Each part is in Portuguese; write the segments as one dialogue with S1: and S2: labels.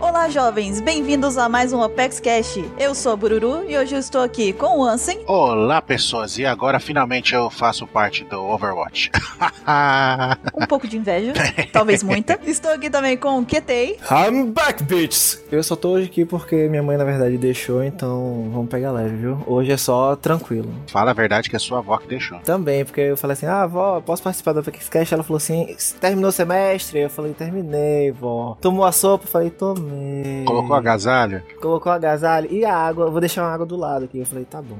S1: Olá, jovens! Bem-vindos a mais um Opex Cash. Eu sou a Bururu e hoje eu estou aqui com o Ansem.
S2: Olá, pessoas! E agora finalmente eu faço parte do Overwatch.
S1: Um pouco de inveja, talvez muita. Estou aqui também com o Ketei.
S3: I'm back, bitches!
S4: Eu só tô hoje aqui porque minha mãe, na verdade, deixou, então vamos pegar leve, viu? Hoje é só tranquilo.
S2: Fala a verdade que é sua avó que deixou.
S4: Também, porque eu falei assim, ah, vó, posso participar do Cash? Ela falou assim, terminou o semestre? Eu falei, terminei, vó. Tomou a sopa? Eu falei, tomei.
S2: Colocou agasalho?
S4: Colocou a agasalho e a água. Eu vou deixar uma água do lado aqui. Eu falei, tá bom.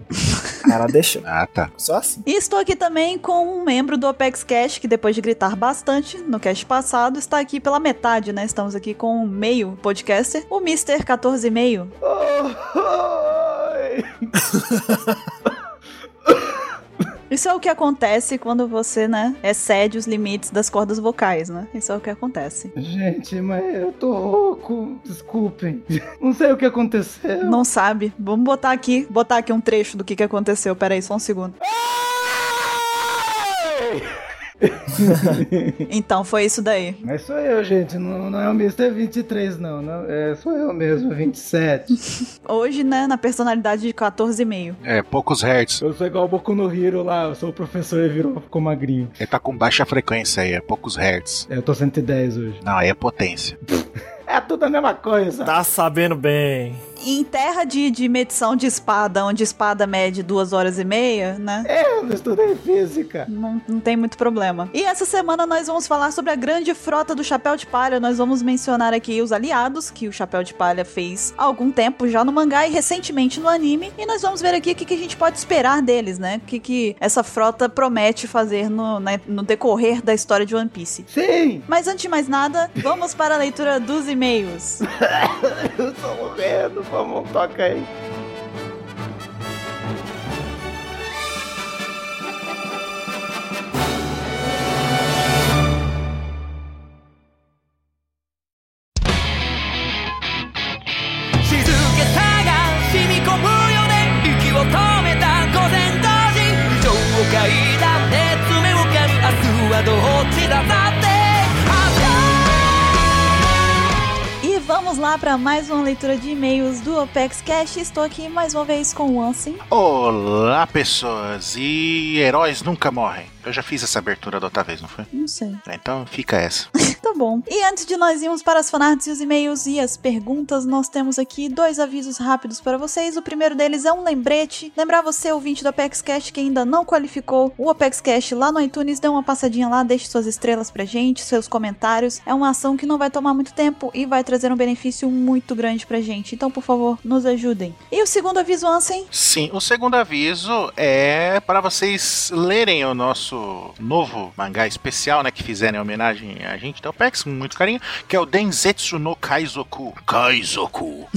S4: Aí ela deixou.
S2: Ah, tá.
S4: Só assim.
S1: E estou aqui também com um membro do Opex Cash que, depois de gritar bastante no cast passado, está aqui pela metade, né? Estamos aqui com o meio podcaster, o Mr. 14,5. Isso é o que acontece quando você, né, excede os limites das cordas vocais, né? Isso é o que acontece.
S5: Gente, mas eu tô rouco, desculpem. Não sei o que aconteceu.
S1: Não sabe. Vamos botar aqui, botar aqui um trecho do que, que aconteceu. Pera aí, só um segundo. então, foi isso daí.
S5: Mas sou eu, gente. Não, não é o Mr. 23, não. não é, sou eu mesmo, 27.
S1: Hoje, né, na personalidade de 14,5.
S2: É, poucos hertz.
S5: Eu sou igual o Boku no Hiro lá. Eu sou o professor e virou, ficou magrinho.
S2: Ele tá com baixa frequência aí, é poucos hertz.
S5: Eu tô 110 hoje.
S2: Não, aí é potência.
S5: É tudo a mesma coisa.
S3: Tá sabendo bem.
S1: Em terra de, de medição de espada, onde espada mede duas horas e meia, né?
S5: Eu não estudei física.
S1: Não, não tem muito problema. E essa semana nós vamos falar sobre a grande frota do Chapéu de Palha. Nós vamos mencionar aqui os aliados que o Chapéu de Palha fez há algum tempo já no mangá e recentemente no anime. E nós vamos ver aqui o que, que a gente pode esperar deles, né? O que, que essa frota promete fazer no, né, no decorrer da história de One Piece.
S5: Sim!
S1: Mas antes de mais nada, vamos para a leitura dos e-mails.
S5: Eu tô morrendo. Vamos, toca aí.
S6: 「静けさが染み込むよね」「息を止めた午前同時」「情を嗅いだ熱目を噛み明日はどっちださって」
S1: E vamos lá para mais uma leitura de e-mails do Opex Cash. Estou aqui mais uma vez com o Ansem.
S2: Olá, pessoas! E heróis nunca morrem. Eu já fiz essa abertura da outra vez, não foi?
S1: Não sei.
S2: Então fica essa.
S1: Tá bom. E antes de nós irmos para as fanarts e os e-mails e as perguntas, nós temos aqui dois avisos rápidos para vocês. O primeiro deles é um lembrete. Lembrar você, ouvinte do Apex Cash, que ainda não qualificou o Apex Cash lá no iTunes, dê uma passadinha lá, deixe suas estrelas pra gente, seus comentários. É uma ação que não vai tomar muito tempo e vai trazer um benefício muito grande pra gente. Então, por favor, nos ajudem. E o segundo aviso, Ansem?
S2: Sim, o segundo aviso é para vocês lerem o nosso novo mangá especial, né? Que fizeram em homenagem a gente, então Pex, com muito carinho, que é o Denzetsu no Kaizoku. Kaizoku.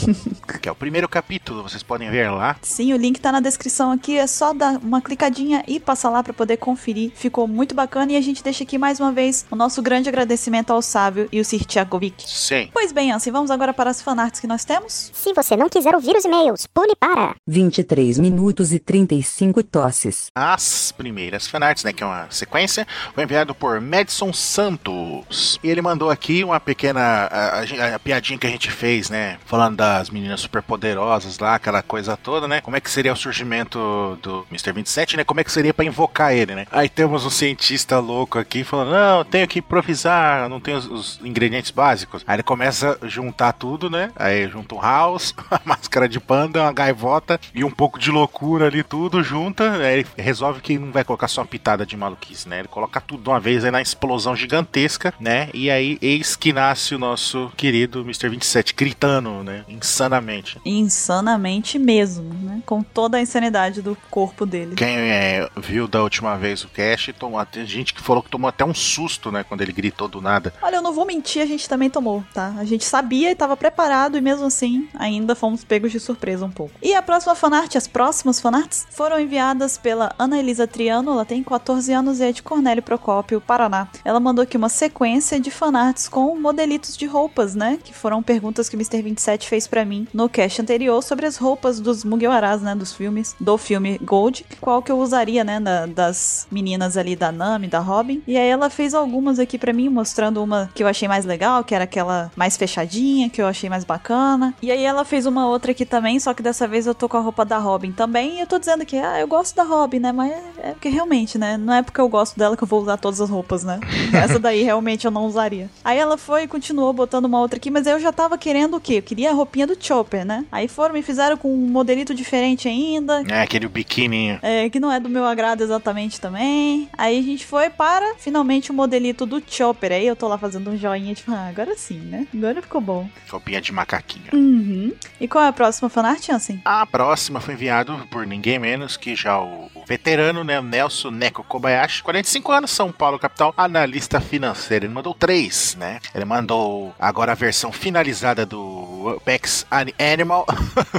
S2: que é o primeiro capítulo, vocês podem ver lá.
S1: Sim, o link tá na descrição aqui, é só dar uma clicadinha e passar lá pra poder conferir. Ficou muito bacana e a gente deixa aqui mais uma vez o nosso grande agradecimento ao Sávio e o Sir Tchakovic.
S2: Sim.
S1: Pois bem, Ansem, vamos agora para as fanarts que nós temos?
S7: Se você não quiser ouvir os e-mails, pule para.
S8: 23 minutos e 35 tosses.
S2: As primeiras fanarts, né? Que é uma sequência, foi enviado por Madison Santos. E ele mandou aqui uma pequena a, a- a piadinha que a gente fez, né? Falando das meninas superpoderosas lá, aquela coisa toda, né? Como é que seria o surgimento do Mr. 27, né? Como é que seria pra invocar ele, né? Aí temos um cientista louco aqui falando: não, eu tenho que improvisar, eu não tenho os, os ingredientes básicos. Aí ele começa a juntar tudo, né? Aí junta um house, uma máscara de panda, uma gaivota e um pouco de loucura ali, tudo junta. Aí ele resolve que não vai colocar só uma pitada de maluquice, né? Ele coloca tudo de uma vez aí na explosão gigantesca, né? E aí eis que nasce o nosso querido Mr. 27 gritando, né? Insanamente.
S1: Insanamente mesmo, né? Com toda a insanidade do corpo dele.
S2: Quem é, viu da última vez o cast, tomou, tem gente que falou que tomou até um susto, né? Quando ele gritou do nada.
S1: Olha, eu não vou mentir, a gente também tomou, tá? A gente sabia e tava preparado, e mesmo assim, ainda fomos pegos de surpresa um pouco. E a próxima fanart, as próximas fanarts, foram enviadas pela Ana Elisa Triano, ela tem tem 14 anos e é de Cornélio Procópio, Paraná. Ela mandou aqui uma sequência de fanarts com modelitos de roupas, né? Que foram perguntas que o Mr. 27 fez pra mim no cast anterior sobre as roupas dos Mugiwaras, né? Dos filmes, do filme Gold. Qual que eu usaria, né? na- das meninas ali da Nami, da Robin. E aí ela fez algumas aqui pra mim, mostrando uma que eu achei mais legal, que era aquela mais fechadinha, que eu achei mais bacana. E aí ela fez uma outra aqui também, só que dessa vez eu tô com a roupa da Robin também. E eu tô dizendo que, ah, eu gosto da Robin, né? Mas é porque realmente, né? Não é porque eu gosto dela que eu vou usar todas as roupas, né? Essa daí realmente eu não usaria. Aí ela foi e continuou botando uma outra aqui, mas eu já tava querendo o quê? Eu queria a roupinha do Chopper, né? Aí foram e fizeram com um modelito diferente ainda,
S2: É, aquele biquininho.
S1: é, que não é do meu agrado exatamente também. Aí a gente foi para finalmente o modelito do Chopper. Aí eu tô lá fazendo um joinha, tipo, ah, agora sim, né? Agora ficou bom.
S2: Roupinha de macaquinho.
S1: Uhum. E qual é a próxima fanart, Ansem?
S2: A próxima foi enviado por ninguém menos que já o veterano, né, Nelson Neko Kobayashi, 45 anos, São Paulo, capital, analista financeiro. Ele mandou três, né? Ele mandou agora a versão finalizada do Apex Ani- Animal.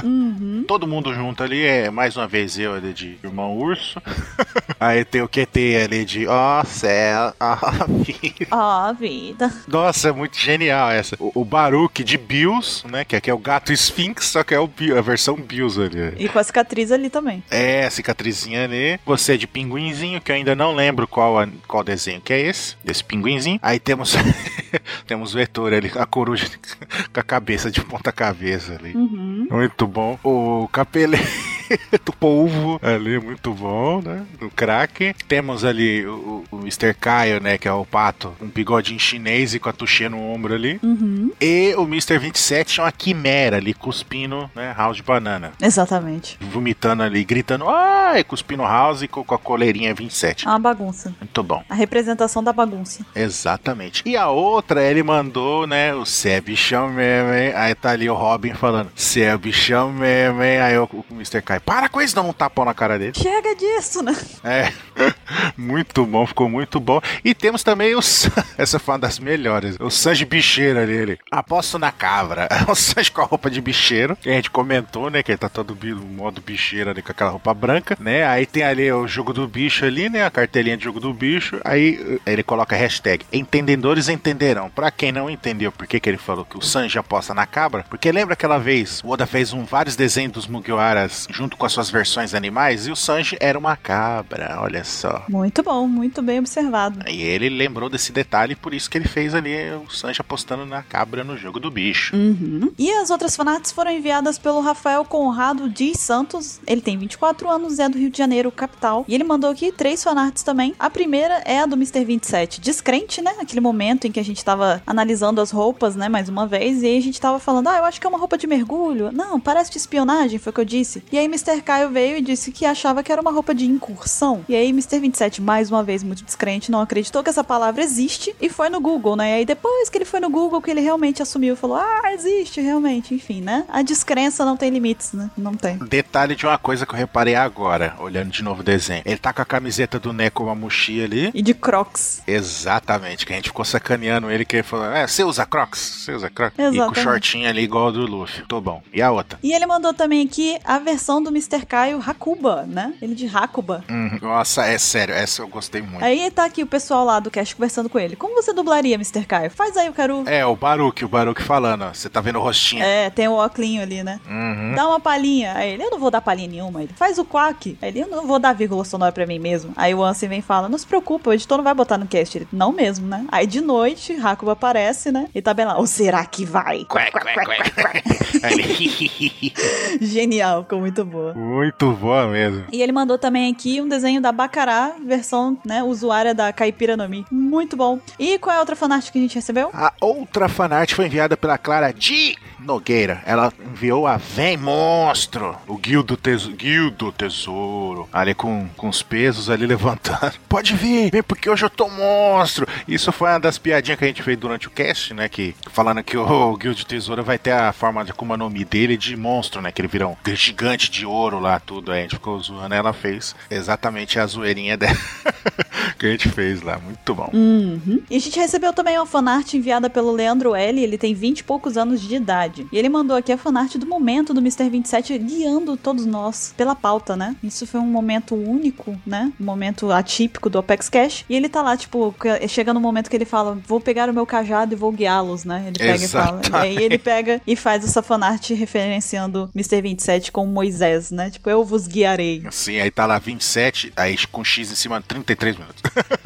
S1: Uhum.
S2: Todo mundo junto ali, é mais uma vez eu ali de Irmão Urso. Aí tem o QT ali de Ó Céu, ó vida.
S1: Ó, vida.
S2: Nossa, é muito genial essa. O, o Baruque de Bills, né, que aqui é o gato Sphinx, só que é o Bi- a versão Bills ali.
S1: E com a cicatriz ali também.
S2: É, cicatrizinha ali. Você é de pinguinzinho, que eu ainda não lembro qual, a- qual desenho que é esse, desse pinguinzinho. Aí temos temos o Heitor ali, a coruja com a cabeça de ponta cabeça ali.
S1: Uhum.
S2: Muito bom. O capeleto polvo ali, muito bom, né? O craque. Temos ali o, o Mr. Caio, né? Que é o pato, um bigodinho chinês e com a tuxinha no ombro ali.
S1: Uhum.
S2: E o Mr. 27 é uma quimera ali, cuspindo, né? House de banana
S1: Exatamente.
S2: vomitando ali, gritando, ai, cuspindo house e co- com a coleirinha 27.
S1: É uma bagunça.
S2: Muito bom.
S1: A representação da bagunça.
S2: Exatamente. E a outra, ele mandou, né? O Cê é bichão mesmo, hein? Aí tá ali o Robin falando, Cê é bichão mesmo, hein? Aí o, o Mr. Kai, para com isso, dá um tapão na cara dele.
S1: Chega disso, né?
S2: É. muito bom, ficou muito bom. E temos também o. San- Essa foi uma das melhores. O Sanji bicheiro ali. ele, Aposto na cabra. O Sanji com a roupa de bicheiro. Que a gente comentou, né? Que ele tá todo bi- no modo bicheiro ali com aquela roupa branca, né? Aí tem ali o jogo do bicho ali, né? A cartelinha de jogo do bicho. Aí eh, ele coloca a hashtag. Entendedores entenderão. Pra quem não entendeu por que, que ele falou que o Sanji aposta na cabra, porque lembra aquela vez o Oda fez um, vários desenhos dos Mugiwaras junto com as suas versões animais e o Sanji era uma cabra. Olha só.
S1: Muito bom, muito bem observado.
S2: E ele lembrou desse detalhe, por isso que ele fez ali o Sanji apostando na cabra no jogo do bicho.
S1: Uhum. E as outras fanarts foram enviadas pelo Rafael Conrado de Santos. Ele tem 24 anos, é do Rio de Janeiro, capital. E ele mandou aqui três fanarts também. A primeira é a do Mr. 27, descrente, né? Aquele momento em que a gente tava analisando as roupas, né? Mais uma vez. E aí a gente tava falando, ah, eu acho que é uma roupa de mergulho. Não, parece de espionagem, foi o que eu disse. E aí Mr. Caio veio e disse que achava que era uma roupa de incursão. E aí Mr. 27, mais uma vez, muito descrente, não acreditou que essa palavra existe e foi no Google, né? E aí depois que ele foi no Google, que ele realmente assumiu e falou, ah, existe realmente, enfim, né? A descrença não tem limites, né? Não tem.
S2: Detalhe de uma coisa que eu reparei agora, olhando de novo o desenho. Ele tá com a camiseta do Neko Mamushi ali.
S1: E de Crocs.
S2: Exatamente, que a gente ficou sacaneando ele, que ele falou: É, você usa Crocs? Você usa Crocs? E com o
S1: Exatamente.
S2: shortinho ali igual ao do Luffy. Tô bom. E a outra?
S1: E ele mandou também aqui a versão do Mr. Caio Hakuba, né? Ele de Hakuba.
S2: Hum, nossa, é sério, essa eu gostei muito.
S1: Aí tá aqui o pessoal lá do cast conversando com ele. Como você dublaria, Mr. Caio? Faz aí, eu quero.
S2: É, o Baruque, o Baruque falando, ó. Você tá vendo o rostinho?
S1: É, tem o óculinho ali, né?
S2: Uhum.
S1: Dá uma palhinha. Aí ele, eu não vou dar palhinha nenhuma. Ele, faz o quack. Aí ele, eu não vou dar vírgula sonora pra mim mesmo. Aí o Ansem vem e fala, não se preocupa, o editor não vai botar no cast. Ele, não mesmo, né? Aí de noite, Hakuba aparece, né? E tá bem lá, ou será que vai?
S2: Quack, quack, quack, quack. Aí ele,
S1: Genial, ficou muito boa.
S2: Muito boa mesmo.
S1: E ele mandou também aqui um desenho da Bacará, versão, né, usuária da Caipira no Mi. Muito bom. E qual é a outra fanart que a gente recebeu?
S2: A outra fanart foi enviada pela Clara de Nogueira. Ela enviou a Vem Monstro, o Guildo, teso Guildo Tesouro, ali com, com os pesos ali levantando. Pode vir, vem porque hoje eu tô monstro. Isso foi uma das piadinhas que a gente fez durante o cast, né? Que falando que o, Guildo Tesouro vai ter a forma de Akuma no Mi dele de monstro, né? Que ele virou um gigante de ouro lá, tudo. Aí a gente ficou zoando, ela fez exatamente a zoeirinha dela. que a gente fez lá. Muito bom.
S1: Uhum. E a gente recebeu também uma fanart enviada pelo Leandro L. Ele tem 20 e poucos anos de idade. E ele mandou aqui a fanart do momento do Mr. 27 guiando todos nós pela pauta, né? Isso foi um momento único, né? Um momento atípico do Apex Cash. E ele tá lá, tipo, que- chega no momento que ele fala: Vou pegar o meu cajado e vou guiá-los, né? Ele pega e fala. E aí ele pega e faz essa fanart referenciando Mr. 27 com Moisés, né? Tipo, eu vos guiarei.
S2: Assim, aí tá lá 27, aí com X em cima, 33 minutos.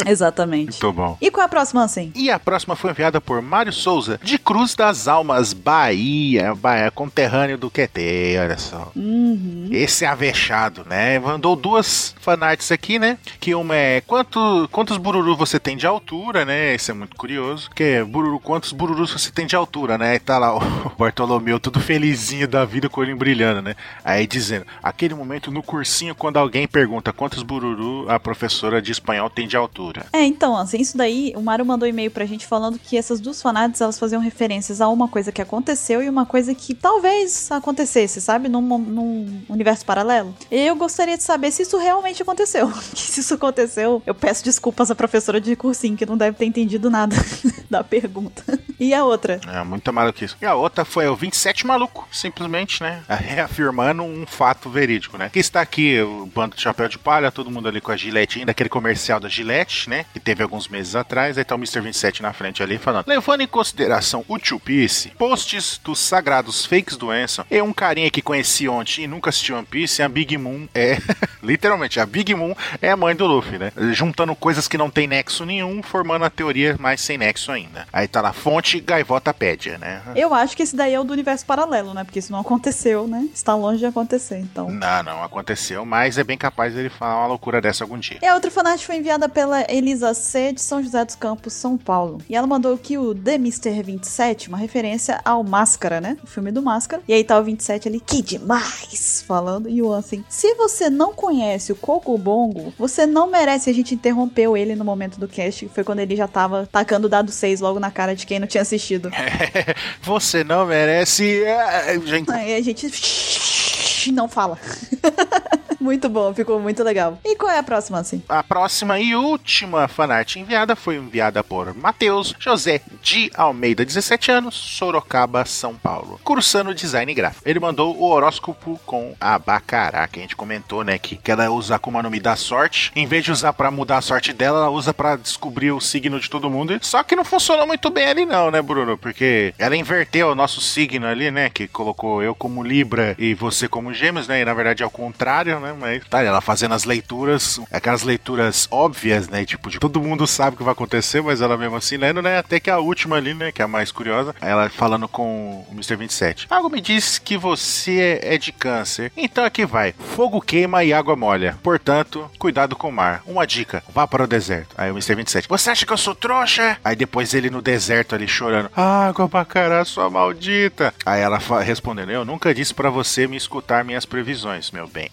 S1: Exatamente.
S2: Muito bom.
S1: E qual é a próxima, assim?
S2: E a próxima foi enviada por Mário Souza, de Cruz das Almas, Bahia, Bahia conterrâneo do QT, olha só.
S1: Uhum.
S2: Esse é avexado, né? Mandou duas fanarts aqui, né? Que uma é quanto, quantos bururu você tem de altura, né? Isso é muito curioso. Que é bururu, quantos bururus você tem de altura, né? E tá lá o Bartolomeu todo felizinho da vida com o olhinho brilhando, né? Aí dizendo, aquele momento no cursinho quando alguém pergunta quantos bururu a professora de espanhol tem de altura.
S1: É, então, assim, isso daí, o Mário mandou um e-mail pra gente falando que essas duas fanarts, elas faziam referências a uma coisa que aconteceu e uma coisa que talvez acontecesse, sabe? Num, mo- num universo paralelo. E eu gostaria de saber se isso realmente aconteceu. Porque se isso aconteceu, eu peço desculpas à professora de cursinho, que não deve ter entendido nada da pergunta. E a outra?
S2: É, muito maluquice. E a outra foi o 27 Maluco, simplesmente, né? Reafirmando um fato verídico, né? Que está aqui o bando de chapéu de palha, todo mundo ali com a Gillette, ainda aquele comercial da Gillette, né? Que teve alguns meses atrás. Aí tá o Mr. 27 na frente ali falando. Levando em consideração o Chupice, posts dos sagrados fakes do Anson e um carinha que conheci ontem e nunca assistiu One Piece, a Big Moon é. literalmente, a Big Moon é a mãe do Luffy, né? Juntando coisas que não tem nexo nenhum, formando a teoria mais sem nexo ainda. Aí tá lá, fonte Gaivotapédia, né?
S1: Eu acho que esse daí é o do universo paralelo, né? Porque isso não aconteceu, né? Está longe de acontecer, então.
S2: Não, não aconteceu, mas é bem capaz dele falar uma loucura dessa algum dia.
S1: E a É, outra fanart foi enviada pela Elisa C, de São José dos Campos, São Paulo. E ela mandou que o The Mr. 27, uma referência ao Máscara, né? O filme do Máscara. E aí tá o 27 ali, que demais! Falando. E o assim, se você não conhece o Coco Bongo, você não merece. A gente interrompeu ele no momento do cast, que foi quando ele já tava tacando o dado 6 logo na cara de quem não tinha assistido.
S2: Você não merece. é, gente,
S1: Aí a gente. Não fala. muito bom, ficou muito legal. E qual é a próxima, assim?
S2: A próxima e última fanart enviada foi enviada por Matheus José de Almeida, 17 anos, Sorocaba, São Paulo, cursando design gráfico. Ele mandou o horóscopo com a Bacará, que a gente comentou, né, que, que ela usa como nome da sorte. Em vez de usar pra mudar a sorte dela, ela usa pra descobrir o signo de todo mundo. Só que não funcionou muito bem ali não, né, Bruno? Porque ela inverteu o nosso signo ali, né, que colocou eu como Libra e você como Gêmeos, né, e na verdade é o contrário, né, mas tá ela fazendo as leituras, aquelas leituras óbvias, né, tipo, de todo mundo sabe o que vai acontecer, mas ela mesmo assim lendo, né, até que a última ali, né, que é a mais curiosa, ela falando com o Mr. 27. Algo me diz que você é de câncer. Então aqui vai. Fogo queima e água molha. Portanto, cuidado com o mar. Uma dica, vá para o deserto. Aí o Mr. 27. Você acha que eu sou trouxa? Aí depois ele no deserto ali chorando. Água bacará, sua maldita. Aí ela fa- respondendo, eu nunca disse para você me escutar minhas previsões, meu bem.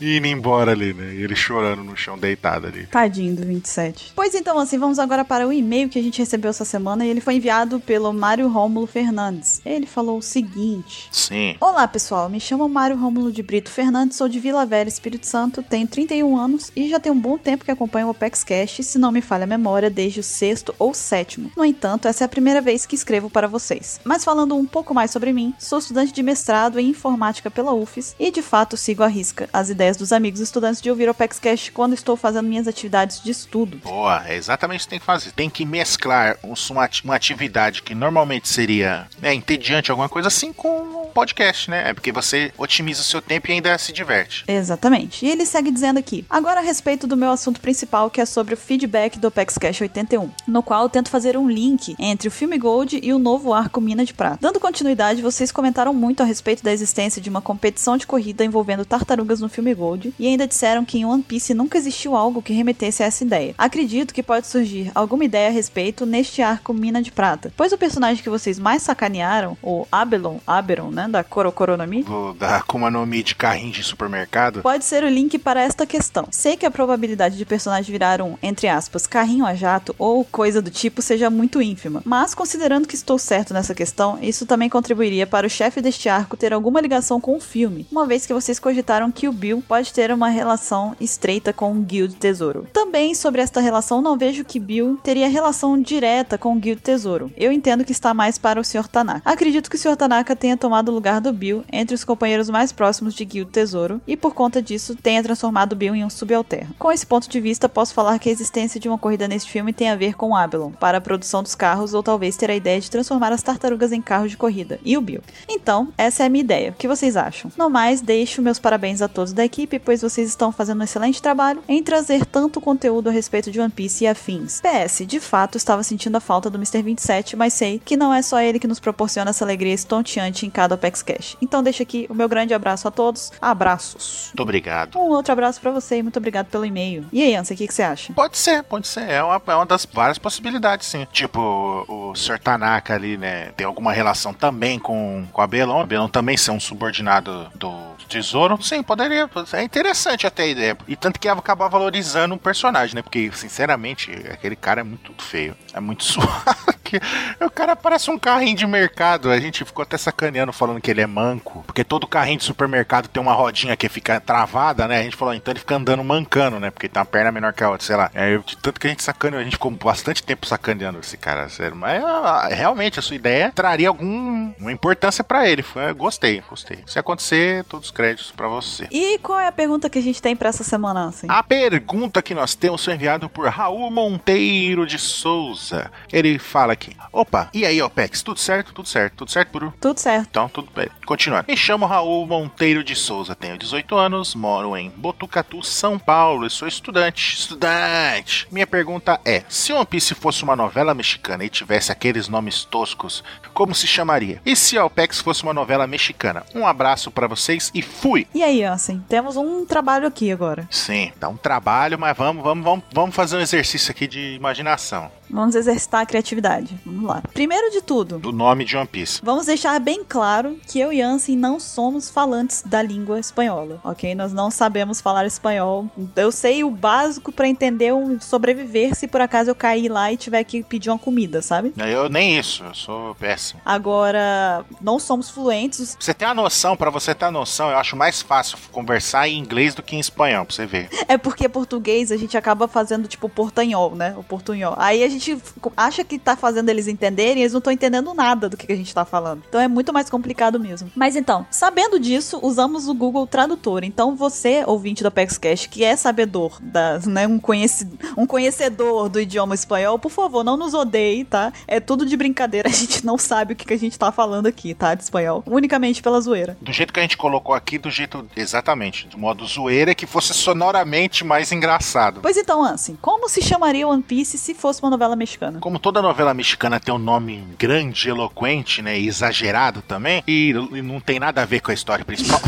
S2: e indo embora ali, né? E ele chorando no chão, deitado ali.
S1: Tadinho do 27. Pois então, assim, vamos agora para o e-mail que a gente recebeu essa semana e ele foi enviado pelo Mário Rômulo Fernandes. Ele falou o seguinte.
S2: Sim.
S1: Olá pessoal, me chamo Mário Rômulo de Brito Fernandes, sou de Vila Velha, Espírito Santo, tenho 31 anos e já tem um bom tempo que acompanho o Opex Cash, se não me falha a memória, desde o sexto ou sétimo. No entanto, essa é a primeira vez que escrevo para vocês. Mas falando um pouco mais sobre mim, sou estudante de mestrado em informática pela UFES e de fato sigo à risca as ideias dos amigos estudantes de ouvir o Opex Cash quando estou fazendo minhas atividades de estudo.
S2: Boa, é exatamente o que tem que fazer. Tem que mesclar um- uma ati- uma atividade que normalmente seria né, entediante, alguma coisa assim, com um podcast, né? É porque você otimiza o seu tempo e ainda se diverte.
S1: Exatamente. E ele segue dizendo aqui: agora a respeito do meu assunto principal, que é sobre o feedback do Opex Cash 81, no qual eu tento fazer um link entre o filme Gold e o novo arco Mina de Prata. Dando continuidade, vocês comentaram muito a respeito da existência de uma competição de corrida envolvendo tartarugas no filme Gold, e ainda disseram que em One Piece nunca existiu algo que remetesse a essa ideia. Acredito que pode surgir alguma ideia a respeito neste arco Mina de Prata, pois o personagem que vocês mais sacanearam, o Abelon, Aberon, né, da Koro Koro no Mi,
S2: Vou dar como a nome de carrinho de supermercado.
S1: Pode ser o link para esta questão. Sei que a probabilidade de personagem virar um, entre aspas, carrinho a jato ou coisa do tipo seja muito ínfima, mas considerando que estou certo nessa questão, isso também contribuiria para o chefe deste arco ter alguma ligação com o filme, uma vez que vocês cogitaram que o Bill pode ter uma relação estreita com o Guild Tesouro. Também Também sobre esta relação, não vejo que Bill teria relação direta com o Guild Tesouro. Eu entendo que está mais para o Sr. Tanaka. Acredito que o Sr. Tanaka tenha tomado o lugar do Bill entre os companheiros mais próximos de Guild Tesouro e, por conta disso, tenha transformado Bill em um subalterno. Com esse ponto de vista, posso falar que a existência de uma corrida neste filme tem a ver com Abilon, para a produção dos carros ou talvez ter a ideia de transformar as tartarugas em carros de corrida, e o Bill. Então, essa é a minha ideia. O que vocês acham? No mais, deixo meus parabéns a todos da equipe, pois vocês estão fazendo um excelente trabalho em trazer tanto conteúdo a respeito de One Piece e afins. PS, de fato, estava sentindo a falta do Mr. 27, mas sei que não é só ele que nos proporciona essa alegria estonteante em cada Opex Cash. Então deixo aqui o meu grande abraço a todos. Abraços.
S2: Muito obrigado.
S1: Um outro abraço pra você e muito obrigado pelo e-mail. E aí, Ansa, o que, que você acha?
S2: Pode ser, pode ser. É uma, é uma das várias possibilidades, sim. Tipo, o, o Sr. Tanaka ali, né? Tem alguma relação também com, com a Belon. A Belon também ser um subordinado do Tesouro. Sim, poderia. É interessante até a ideia. E tanto que ia acabar valorizando o personagem, né? Porque, sinceramente, aquele cara é muito feio. É muito suave. o cara parece um carrinho de mercado. A gente ficou até sacaneando falando que ele é manco. Porque todo carrinho de supermercado tem uma rodinha que fica travada, né? A gente falou, então ele fica andando mancando, né? Porque tem uma perna menor que a outra, sei lá. É, de tanto que a gente sacaneou, a gente ficou bastante tempo sacaneando esse cara, sério. Mas ah, realmente a sua ideia traria alguma importância pra ele. Foi- gostei, gostei. Se acontecer, todos os créditos pra você.
S1: E qual é a pergunta que a gente tem pra essa semana, Ansem?
S2: A pergunta que nós temos foi enviada por Raul Monteiro de Souza. Ele fala aqui: opa, e aí, OPEX? Tudo certo? Tudo certo? Tudo certo, Buru?
S1: Tudo certo.
S2: Então, tudo bem. Continuando. Me chamo Raul Monteiro de Souza, tenho 18 anos, moro em Botucatu, São Paulo e sou estudante. Estudante! Minha pergunta é: se One Piece fosse uma novela mexicana e tivesse aqueles nomes toscos, como se chamaria? E se Alpex fosse uma novela mexicana? Um abraço pra vocês e fui!
S1: E aí, Ansem? Temos um trabalho aqui agora.
S2: Sim, dá um trabalho, mas vamos, vamos, vamos, vamos fazer um exercício aqui de imaginação
S1: Vamos exercitar a criatividade. Vamos lá. Primeiro de tudo,
S2: do nome de One Piece.
S1: Vamos deixar bem claro que eu e Ansem não somos falantes da língua espanhola, ok? Nós não sabemos falar espanhol. Eu sei o básico pra entender um sobreviver se por acaso eu cair lá e tiver que pedir uma comida, sabe?
S2: Né, Eu nem isso, eu sou péssimo.
S1: Agora, não somos fluentes.
S2: Pra você ter a noção, pra você ter a noção, eu acho mais fácil conversar em inglês do que em espanhol, pra você ver.
S1: É porque português a gente acaba fazendo tipo portanhol, né? O portunhol. Aí a gente acha que tá fazendo eles entenderem, eles não estão entendendo nada do que a gente tá falando. Então é muito mais complicado mesmo. Mas então, sabendo disso, usamos o Google Tradutor. Então você, ouvinte do Apex Cash, que é sabedor, da, né, um, conheci, um conhecedor do idioma espanhol, por favor, não nos odeie, tá? É tudo de brincadeira, a gente não sabe o que, que a gente tá falando aqui, tá? De espanhol. Unicamente pela zoeira.
S2: Do jeito que a gente colocou aqui, do jeito exatamente, do modo zoeira, que fosse sonoramente mais engraçado.
S1: Pois então, Ansem, como se chamaria One Piece se fosse uma novela mexicana?
S2: Como toda novela mexicana tem um nome grande, eloquente, né, e exagerado também, e, e não tem nada a ver com a história principal.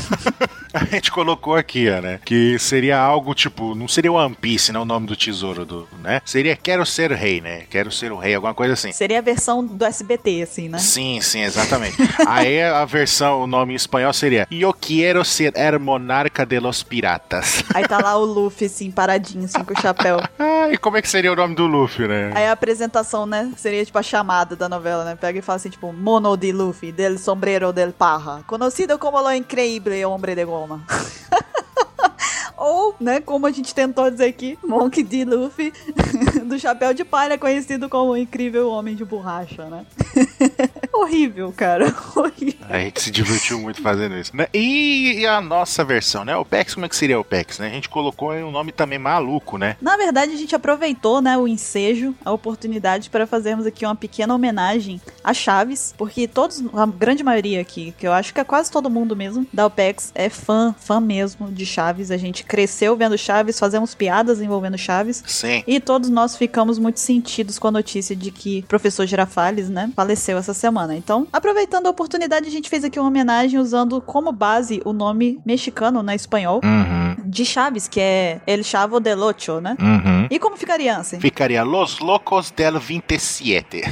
S2: A gente colocou aqui, ó, né? Que seria algo tipo. Não seria One Piece, né? O nome do tesouro do. né? Seria Quero Ser Rei, né? Quero Ser o Rei, alguma coisa assim.
S1: Seria a versão do SBT, assim, né?
S2: Sim, sim, exatamente. Aí a versão, o nome em espanhol seria Yo quiero ser el monarca de los piratas.
S1: Aí tá lá o Luffy, assim, paradinho, assim, com o chapéu.
S2: Ah, e como é que seria o nome do Luffy, né?
S1: Aí a apresentação, né? Seria tipo a chamada da novela, né? Pega e fala assim, tipo, Mono de Luffy, del sombrero del paja, conocido como lo increíble hombre de goma. Ou, né, como a gente tentou dizer aqui, Monk de Luffy, do chapéu de palha, conhecido como o incrível homem de borracha, né? horrível, cara, horrível.
S2: A gente se divertiu muito fazendo isso. né? E, e a nossa versão, né? O Pex, como é que seria o Pex, né? A gente colocou aí um nome também maluco, né?
S1: Na verdade, a gente aproveitou, né, o ensejo, a oportunidade para fazermos aqui uma pequena homenagem a Chaves, porque todos, a grande maioria aqui, que eu acho que é quase todo mundo mesmo, da OPEX é fã, fã mesmo de Chaves. A gente cresceu vendo Chaves, fazemos piadas envolvendo Chaves.
S2: Sim.
S1: E todos nós ficamos muito sentidos com a notícia de que o professor Girafales, né, faleceu essa semana. Então, aproveitando a oportunidade, a gente fez aqui uma homenagem usando como base o nome mexicano, né, espanhol,
S2: Uhum,
S1: de Chaves, que é El Chavo del Ocho, né?
S2: uhum.
S1: E como ficaria, Ansem?
S2: Ficaria Los Locos del 27.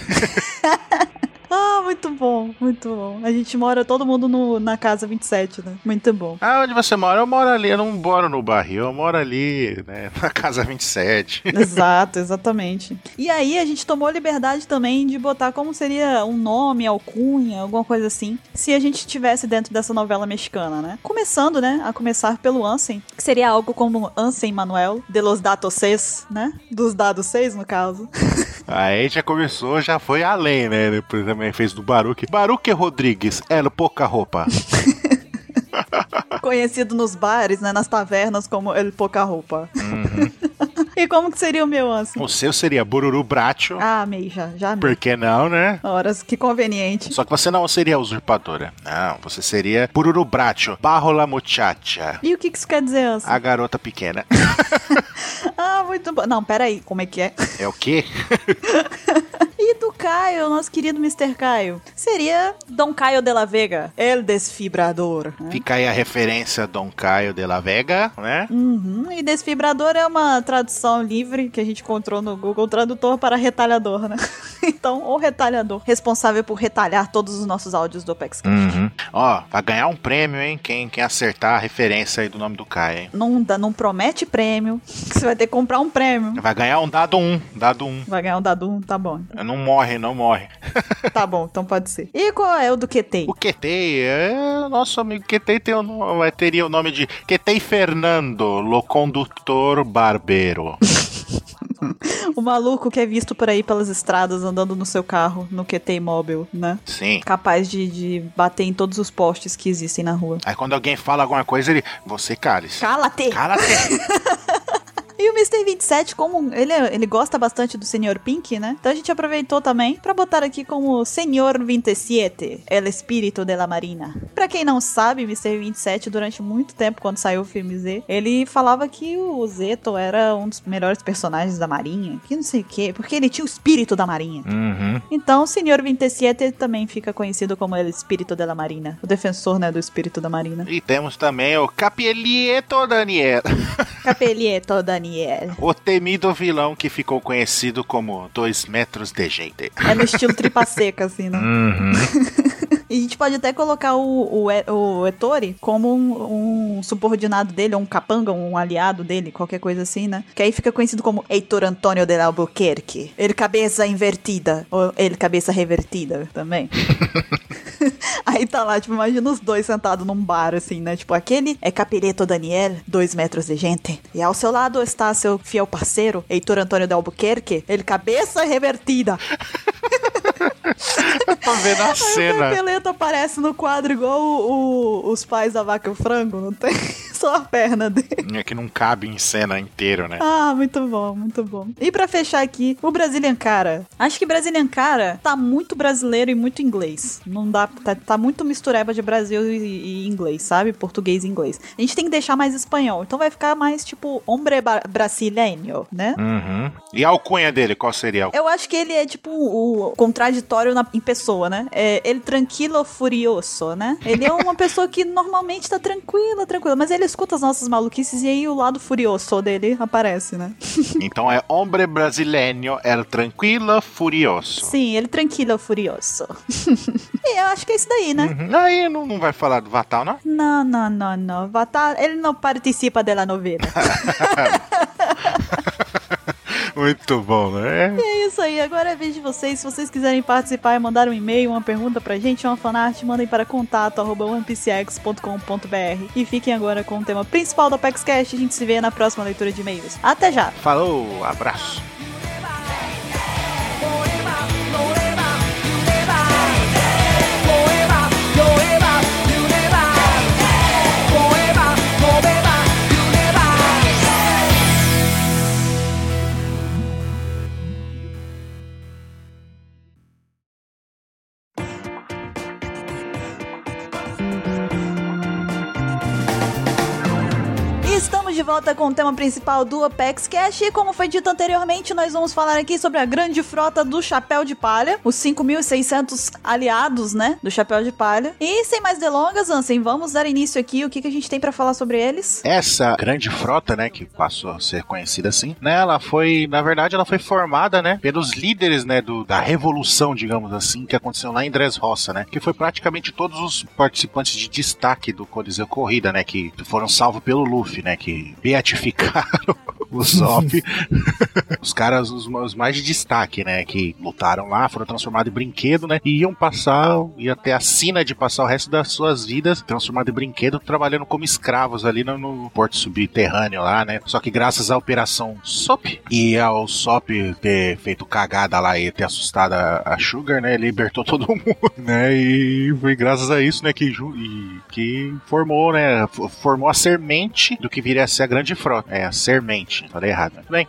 S1: Ah, muito bom, muito bom. A gente mora todo mundo no- na casa 27, né? Muito bom.
S2: Ah, onde você mora? Eu moro ali, eu não moro no barril, eu moro ali, né, na casa 27.
S1: Exato, exatamente. E aí a gente tomou liberdade também de botar como seria um nome, alcunha, alguma coisa assim, se a gente estivesse dentro dessa novela mexicana, né? Começando, né, a começar pelo Ansem, que seria algo como Ansem Manuel, de los datos seis, né? Dos dados seis, no caso.
S2: Aí já começou, já foi além, né? Depois também fez do Baruque. Baruque Rodrigues, era pouca roupa.
S1: Conhecido nos bares, né, nas tavernas como El Pouca Roupa. e como que seria o meu Ansem?
S2: o seu seria Bururu Bracho.
S1: Ah, amei, já, já amei.
S2: Por que não, né?
S1: Horas, que conveniente.
S2: Só que você não seria usurpadora. Não, você seria Bururu Bracho, Barro la Muchacha.
S1: E o que que isso quer dizer, Ansem?
S2: A garota pequena.
S1: Ah, muito bom. Não, peraí, como é que é?
S2: É o quê?
S1: E do Caio, nosso querido Mr. Caio. Seria Dom Caio de la Vega, El Desfibrador. né?
S2: Fica aí a referência Dom Caio de la Vega, né?
S1: Uhum, E desfibrador é uma tradução livre que a gente encontrou no Google Tradutor para retalhador, né? Então, o retalhador, responsável por retalhar todos os nossos áudios do Apex.
S2: Ó, vai ganhar um prêmio, hein? Quem, quem acertar a referência aí do nome do Caio, hein?
S1: Não, dá- não promete prêmio, que você vai ter que comprar um prêmio.
S2: Vai ganhar um dado um, dado um.
S1: Vai ganhar um dado um, tá bom.
S2: Não morre, não morre.
S1: Tá bom, então pode ser. E qual é o do QT?
S2: O Ketei, é, nosso amigo Ketei tem o no- vai- teria o nome de Ketei Fernando, lo condutor barbeiro.
S1: O maluco que é visto por aí pelas estradas andando no seu carro, no QT imóvel, né?
S2: Sim.
S1: capaz de, de bater em todos os postes que existem na rua.
S2: Aí quando alguém fala alguma coisa, ele, você cálice.
S1: Cala-te!
S2: Cálice.
S1: E o Mr. 27, como ele, é- ele gosta bastante do Senhor Pink, né? Então a gente aproveitou também pra botar aqui como Senhor 27, El Espírito de la Marina. Pra quem não sabe, Mr. 27, durante muito tempo, quando saiu o filme Z, ele falava que o Zeto era um dos melhores personagens da Marinha, que não sei o quê, porque ele tinha o espírito da Marinha.
S2: uhum.
S1: Então, o Senhor 27 também fica conhecido como El Espírito de la Marina, o defensor, né, do espírito da Marina.
S2: E temos também o Capelieto Daniel,
S1: Capelieto Daniel.
S2: o temido vilão que ficou conhecido como Dois Metros de Gente.
S1: É no estilo tripa seca, assim, né?
S2: Uhum.
S1: E a gente pode até colocar o, o, E- o Ettore como um, um subordinado dele, ou um capanga, um aliado dele, qualquer coisa assim, né? Que aí fica conhecido como Heitor Antônio de Albuquerque. Ele cabeça invertida, ou ele cabeça revertida também. Aí tá lá, tipo, imagina os dois sentados num bar, assim, né? Tipo, aquele é Capireto Daniel, dois metros de gente. E ao seu lado está seu fiel parceiro, Heitor Antônio de Albuquerque, ele cabeça revertida.
S2: Eu tô vendo a
S1: Aí o
S2: cena.
S1: Pepeleto aparece no quadro igual o- o- os pais da vaca e o frango, não tem? Só a perna dele.
S2: É que não cabe em cena inteiro, né?
S1: Ah, muito bom, muito bom. E pra fechar aqui, o Brazilian Cara. Acho que Brazilian Cara tá muito brasileiro e muito inglês. Não dá, tá, tá muito mistureba de Brasil e, e inglês, sabe? Português e inglês. A gente tem que deixar mais espanhol. Então vai ficar mais tipo hombre ba- brasileño, né?
S2: Uhum. E a alcunha dele, qual seria?
S1: Eu acho que ele é tipo o contraditório na- em pessoa, né? É, ele tranquilo, furioso, né? Ele é uma pessoa que normalmente tá tranquila, tranquila, mas ele escuta as nossas maluquices e aí o lado furioso dele aparece, né?
S2: Então é hombre brasileiro, era tranquilo, furioso.
S1: Sim, ele tranquilo, furioso. e eu acho que é isso daí, né?
S2: Uhum. Aí não, não vai falar do Vatal, não?
S1: Não, não, não, não. Vatar, ele não participa da novela.
S2: Muito bom, né?
S1: É isso aí, agora é vez de vocês. Se vocês quiserem participar e mandar um e-mail, uma pergunta pra gente, uma fanart, mandem para contato arroba onepcx.com.br. E fiquem agora com o tema principal do ApexCast. A gente se vê na próxima leitura de e-mails. Até já!
S2: Falou, abraço.
S1: E Estamos de volta volta com o tema principal do Apex Cash e como foi dito anteriormente, nós vamos falar aqui sobre a grande frota do Chapéu de Palha, os 5.600 aliados, né, do Chapéu de Palha. E sem mais delongas, Ansem, vamos dar início aqui, o que, que a gente tem pra falar sobre eles?
S2: Essa grande frota, né, que passou a ser conhecida assim, né, ela foi, na verdade, ela foi formada, né, pelos líderes, né, do, da revolução, digamos assim, que aconteceu lá em Dres Roça, né, que foi praticamente todos os participantes de destaque do Coliseu Corrida, né, que foram salvos pelo Luffy, né, que beatificaram o Zop. os caras, os, ma- os mais de destaque, né, que lutaram lá, foram transformados em brinquedo, né, e iam passar, ia ter a sina de passar o resto das suas vidas transformados em brinquedo, trabalhando como escravos ali no, no porto subterrâneo lá, né. Só que graças à Operação SOP e ao SOP ter feito cagada lá e ter assustado a, a Sugar, né, libertou todo mundo, né, e foi graças a isso, né, que, ju- e- que formou, né, f- formou a sermente do que viria a ser a grande frota. É, a sermente, falei errado, né? Tudo bem.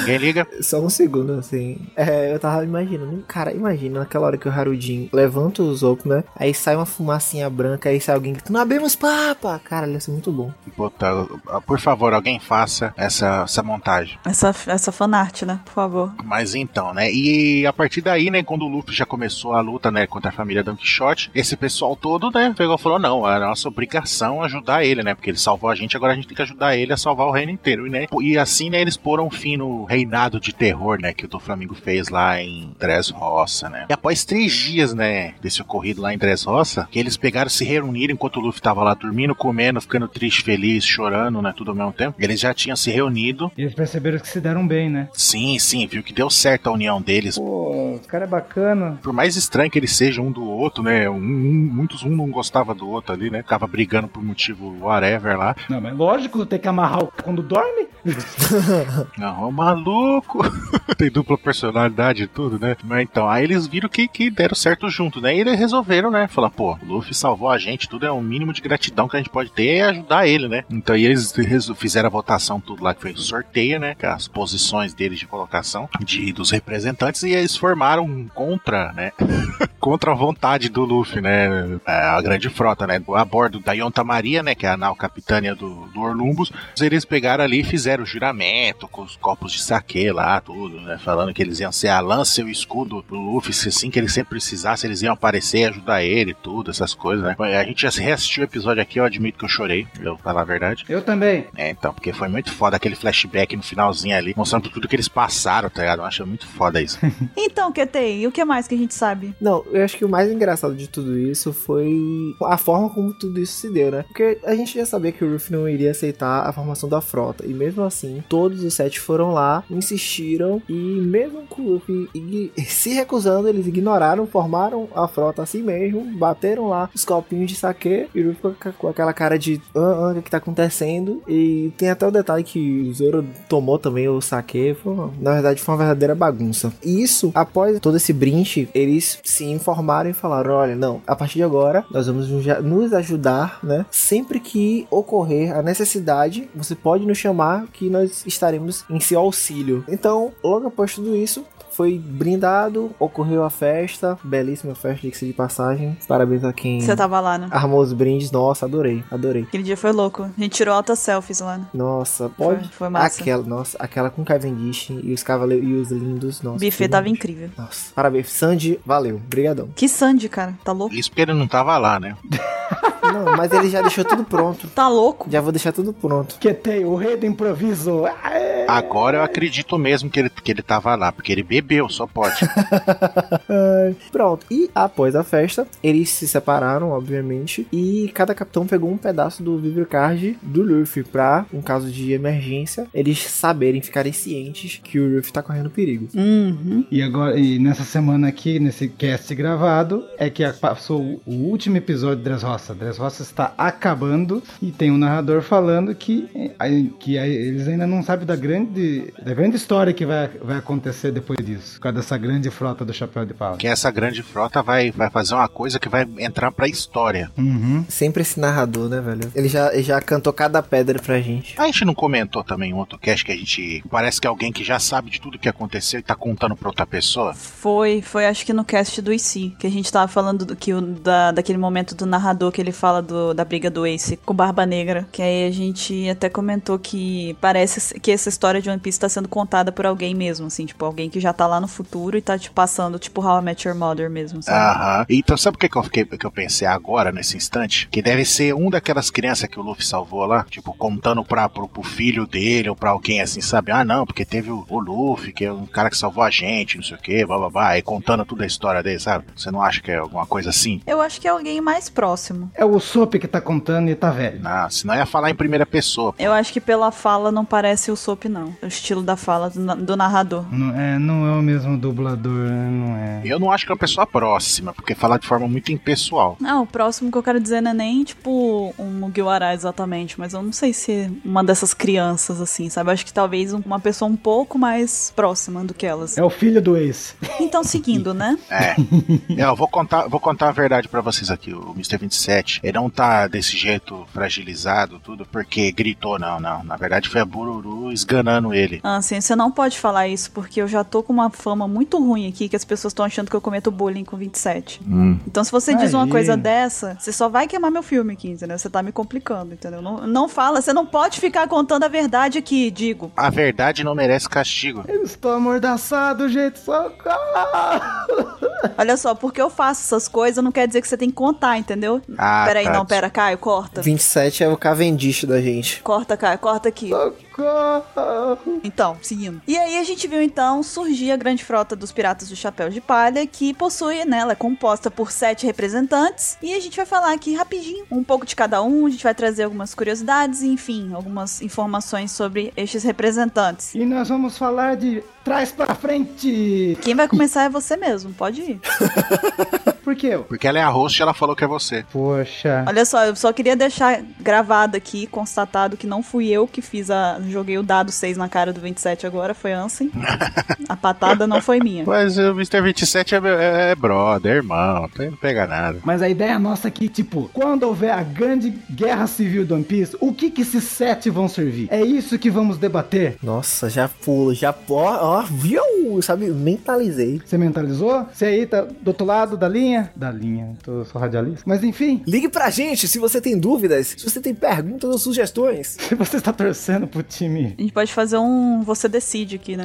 S2: Ninguém liga.
S4: Só um segundo, assim. É, eu tava imaginando. Cara, imagina naquela hora que o Harudin levanta o Zopo, né? Aí sai uma fumacinha branca, aí sai alguém que Não abrimos papa! Cara, ia ser muito bom.
S2: Botar- por favor, alguém faça essa, essa montagem.
S1: Essa, essa fanart, né, por favor.
S2: Mas então, né? E a partir daí, né, quando o Luffy já começou a luta, né, contra a família Don Quixote, esse pessoal todo, né, pegou e falou: não, é nossa obrigação ajudar ele, né? Porque ele salvou a gente, agora a gente tem que ajudar ele a salvar o reino inteiro, né? E assim, né, eles foram fim no reinado de terror, né, que o do Flamengo fez lá em Dres Roça, né? E após três dias, né, desse ocorrido lá em Dres Roça, que eles pegaram, se reuniram enquanto o Luffy tava lá dormindo, comendo, ficando triste, feliz, chorando, né, tudo ao mesmo tempo. Eles já tinham se reunido.
S5: E eles perceberam que se deram bem, né?
S2: Sim, sim, viu que deu certo a união deles.
S5: Pô, os cara é bacana.
S2: Por mais estranho que eles sejam um do outro, né? um- um- muitos um não gostava do outro ali, né? Ficava brigando por motivo whatever lá.
S5: Não, mas lógico, tem que amarrar o c- quando dorme.
S2: Não, ô, maluco! Tem dupla personalidade e tudo, né? Mas então, aí eles viram que, que deram certo junto, né? E eles resolveram, né? Falar, pô, o Luffy salvou a gente, tudo é o mínimo de gratidão que a gente pode ter é ajudar ele, né? Então, e eles resol- fizeram a votação tudo lá, que foi o sorteio, né? Com as posições deles de colocação de, dos representantes, e eles formaram um contra, né? contra a vontade do Luffy, né? A grande frota, né? A bordo da Yonta Maria, né? Que é a nau capitânia do, do Orlumbus. Eles pegaram ali e fizeram o juramento com os copos de saque lá, tudo, né? Falando que eles iam ser a lança e o escudo do Luffy. Se assim que ele sempre precisasse, eles iam aparecer e ajudar ele, tudo, essas coisas, né? A gente já se reassistiu o episódio aqui, eu admito que eu chorei, eu falar a verdade.
S5: Eu também.
S2: É, então, porque foi muito foda aquele flashback no finalzinho ali, mostrando tudo que eles passaram, tá ligado? Eu acho muito foda isso.
S1: Então, QTI, o que mais que a gente sabe?
S4: Não, eu acho que o mais engraçado de tudo isso foi a forma como tudo isso se deu, né? Porque a gente já sabia que o Ruff não iria aceitar a formação da frota. E mesmo assim, todos os sete foram lá, insistiram. E mesmo com o Ruff igni- se recusando, eles ignoraram, formaram a frota assim mesmo, bateram lá os copinhos de saque. E o Ruff ficou com- com aquela cara de ah, ah, o que que tá acontecendo? E tem até o detalhe que o Zoro tomou também o saque. Foi uma- Na verdade, foi uma verdadeira bagunça. E isso, após todo esse brinche, eles se informaram e falaram: olha, não, a partir de agora nós vamos nos ja- nos ajudar, né? Sempre que ocorrer a necessidade, você pode nos chamar que nós estaremos em seu auxílio. Então, logo após tudo isso, foi brindado, ocorreu a festa, belíssima festa diga-se de passagem. Parabéns a quem
S1: Você tava lá, né?
S4: armou os brindes. Nossa, adorei, adorei.
S1: Aquele dia foi louco. A gente tirou altas selfies lá, né?
S4: Nossa, pode.
S1: Foi, foi massa.
S4: Aquela, nossa, aquela com Cavendish e os cavaleiros e os lindos, nossa.
S1: Buffet
S4: tudo.
S1: tava incrível.
S4: Nossa, parabéns. Sandy, valeu. Obrigadão.
S1: Que Sandy, cara. Tá louco?
S2: Isso porque ele não tava lá, né?
S4: Não, mas ele já deixou tudo pronto.
S1: Tá louco?
S4: Já vou deixar tudo pronto.
S5: Que tem o rei do improviso. Aê!
S2: Agora eu acredito mesmo que ele, que ele tava lá, porque ele bebeu, só pode.
S4: Ai. Pronto. E após a festa, eles se separaram, obviamente. E cada capitão pegou um pedaço do vibro card do Luffy pra, em caso de emergência, eles saberem, ficarem cientes que o Luffy tá correndo perigo.
S1: Uhum.
S5: E agora, e nessa semana aqui, nesse cast gravado, é que a- passou o último episódio de Dress Roça. Dress Roça está acabando e tem um narrador falando que, eh, aí- que aí eles ainda não sabem da grande, da grande história que vai, vai acontecer depois disso, por causa dessa grande frota do Chapéu de Palha.
S2: que essa grande frota vai, vai fazer uma coisa que vai entrar pra história.
S5: Uhum.
S4: Sempre esse narrador, né, velho? Ele já, ele já cantou cada pedra pra gente.
S2: A gente não comentou também em outro cast que a gente. Parece que é alguém que já sabe de tudo que aconteceu e tá contando pra outra pessoa.
S1: Foi, foi acho que no cast do IC, que a gente tava falando do, que o, da, daquele momento do narrador que ele fala do- da briga do Ace com o Barba Negra. Que aí a gente até comentou que parece que essa história de One Piece tá sendo contada por alguém mesmo, assim, tipo, alguém que já tá lá no futuro e tá te passando, tipo, How I Met Your Mother mesmo, sabe?
S4: Ah.
S2: Aham. Então, sabe o que, que, eu fiquei, que eu pensei agora, nesse instante? Que deve ser um daquelas crianças que o Luffy salvou lá, tipo, contando pra, pro, pro filho dele ou pra alguém assim, sabe? Ah, não, porque teve o, o Luffy, que é um cara que salvou a gente, não sei o que, blá blá blá, e contando toda a história dele, sabe? Você não acha que é alguma coisa assim?
S1: Eu acho que é alguém mais próximo.
S5: É o Usopp que tá contando e tá velho.
S2: Não, senão ia falar em primeira pessoa.
S1: Eu acho que pela fala não parece o Sop, não. O estilo da fala do, na- do narrador.
S5: Não é, não é o mesmo dublador, né? não é.
S2: Eu não acho que é uma pessoa próxima, porque falar de forma muito impessoal.
S1: Não, Ah, o próximo que eu quero dizer não é nem, tipo, um Mugiwara exatamente, mas eu não sei se é uma dessas crianças, assim, sabe? Eu acho que talvez um- uma pessoa um pouco mais próxima do que elas.
S5: É o filho do Ace.
S1: Então, seguindo, né?
S2: É. É, eu vou contar, vou contar a verdade pra vocês aqui. O Mr. 27, ele não tá desse jeito fragilizado, tudo, porque gritou, não, não. Na verdade foi a Bururu esganando ele.
S1: Ah, assim, você não pode falar isso, porque eu já tô com uma fama muito ruim aqui, que as pessoas estão achando que eu cometo bullying com 27.
S2: Hum.
S1: Então, se você diz uma
S5: Aí.
S1: coisa dessa, você só vai queimar meu filme aqui, entendeu? Você tá me complicando, entendeu? Não, não fala, você não pode ficar contando a verdade aqui, digo.
S2: A verdade não merece castigo.
S5: Eu estou amordaçado, gente, socorro!
S1: Olha só, porque eu faço essas coisas não quer dizer que você tem que contar, entendeu?
S2: Ah,
S1: peraí,
S2: tá.
S1: não, pera, Caio, corta.
S4: 27 é o Cavendish da gente.
S1: Corta, Caio, corta aqui.
S2: Tá.
S5: socorro.
S1: Então, seguindo. E aí a gente viu então surgir a grande frota dos piratas do Chapéu de Palha, que possui, né, ela é composta por sete representantes. E a gente vai falar aqui rapidinho, um pouco de cada um, a gente vai trazer algumas curiosidades, enfim, algumas informações sobre estes representantes.
S5: E nós vamos falar de trás pra frente!
S1: Quem vai começar é você mesmo, pode ir.
S5: Por quê?
S2: Porque ela é a host e ela falou que é você.
S5: Poxa.
S1: Olha só, eu só queria deixar gravado aqui, constatado que não fui eu que fiz a. Joguei o dado 6 na cara do 27 agora, foi Ansem. A patada não foi minha.
S2: Mas o Mr. 27 é, meu- é- é brother, irmão. tá- Não pega nada.
S5: Mas a ideia nossa aqui, tipo, quando houver a grande guerra civil do One Piece, o que que esses sete vão servir? É isso que vamos debater?
S4: Nossa, já pulo, já ó, ó, viu? Sabe, mentalizei.
S5: Você mentalizou? Você aí tá do outro lado da linha? Da linha, tô, sou radialista. Mas enfim,
S4: Ligue pra gente se você tem dúvidas, se você tem perguntas ou sugestões.
S5: se você está torcendo pro time
S1: A gente pode fazer um. Você decide aqui, né?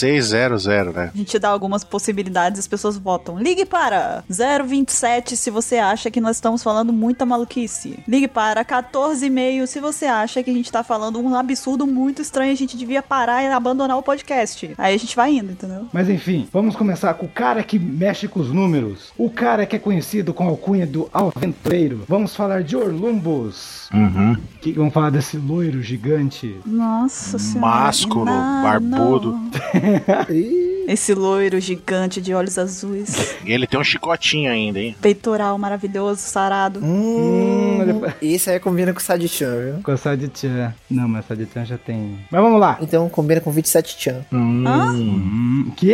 S2: 5600, né?
S1: A gente dá algumas possibilidades, as pessoas votam. Ligue para 027 se você acha que nós estamos falando muita maluquice. Ligue para 14,5 se você acha que a gente tá falando um absurdo muito estranho, a gente devia parar e abandonar o podcast. Aí a gente vai indo, entendeu?
S5: Mas enfim, vamos começar com o cara que mexe com os números. O cara que é conhecido com a alcunha do Aventureiro. Vamos falar de Orlumbus.
S2: Uhum.
S5: O que que vamos falar desse loiro gigante?
S1: Nossa senhora.
S2: Másculo,
S1: Não,
S2: barbudo.
S1: não.
S4: Ih,
S1: Esse loiro gigante de olhos azuis,
S2: E ele tem um chicotinho ainda, hein?
S1: peitoral maravilhoso, sarado.
S4: hum,
S5: depois-
S4: esse aí combina com o Sadi-chan, viu?
S5: Com a Sadichan. Não, mas a Sadichan já tem. Mas vamos lá.
S4: Então combina com 27-chan.
S1: Ah.
S5: Hum, que?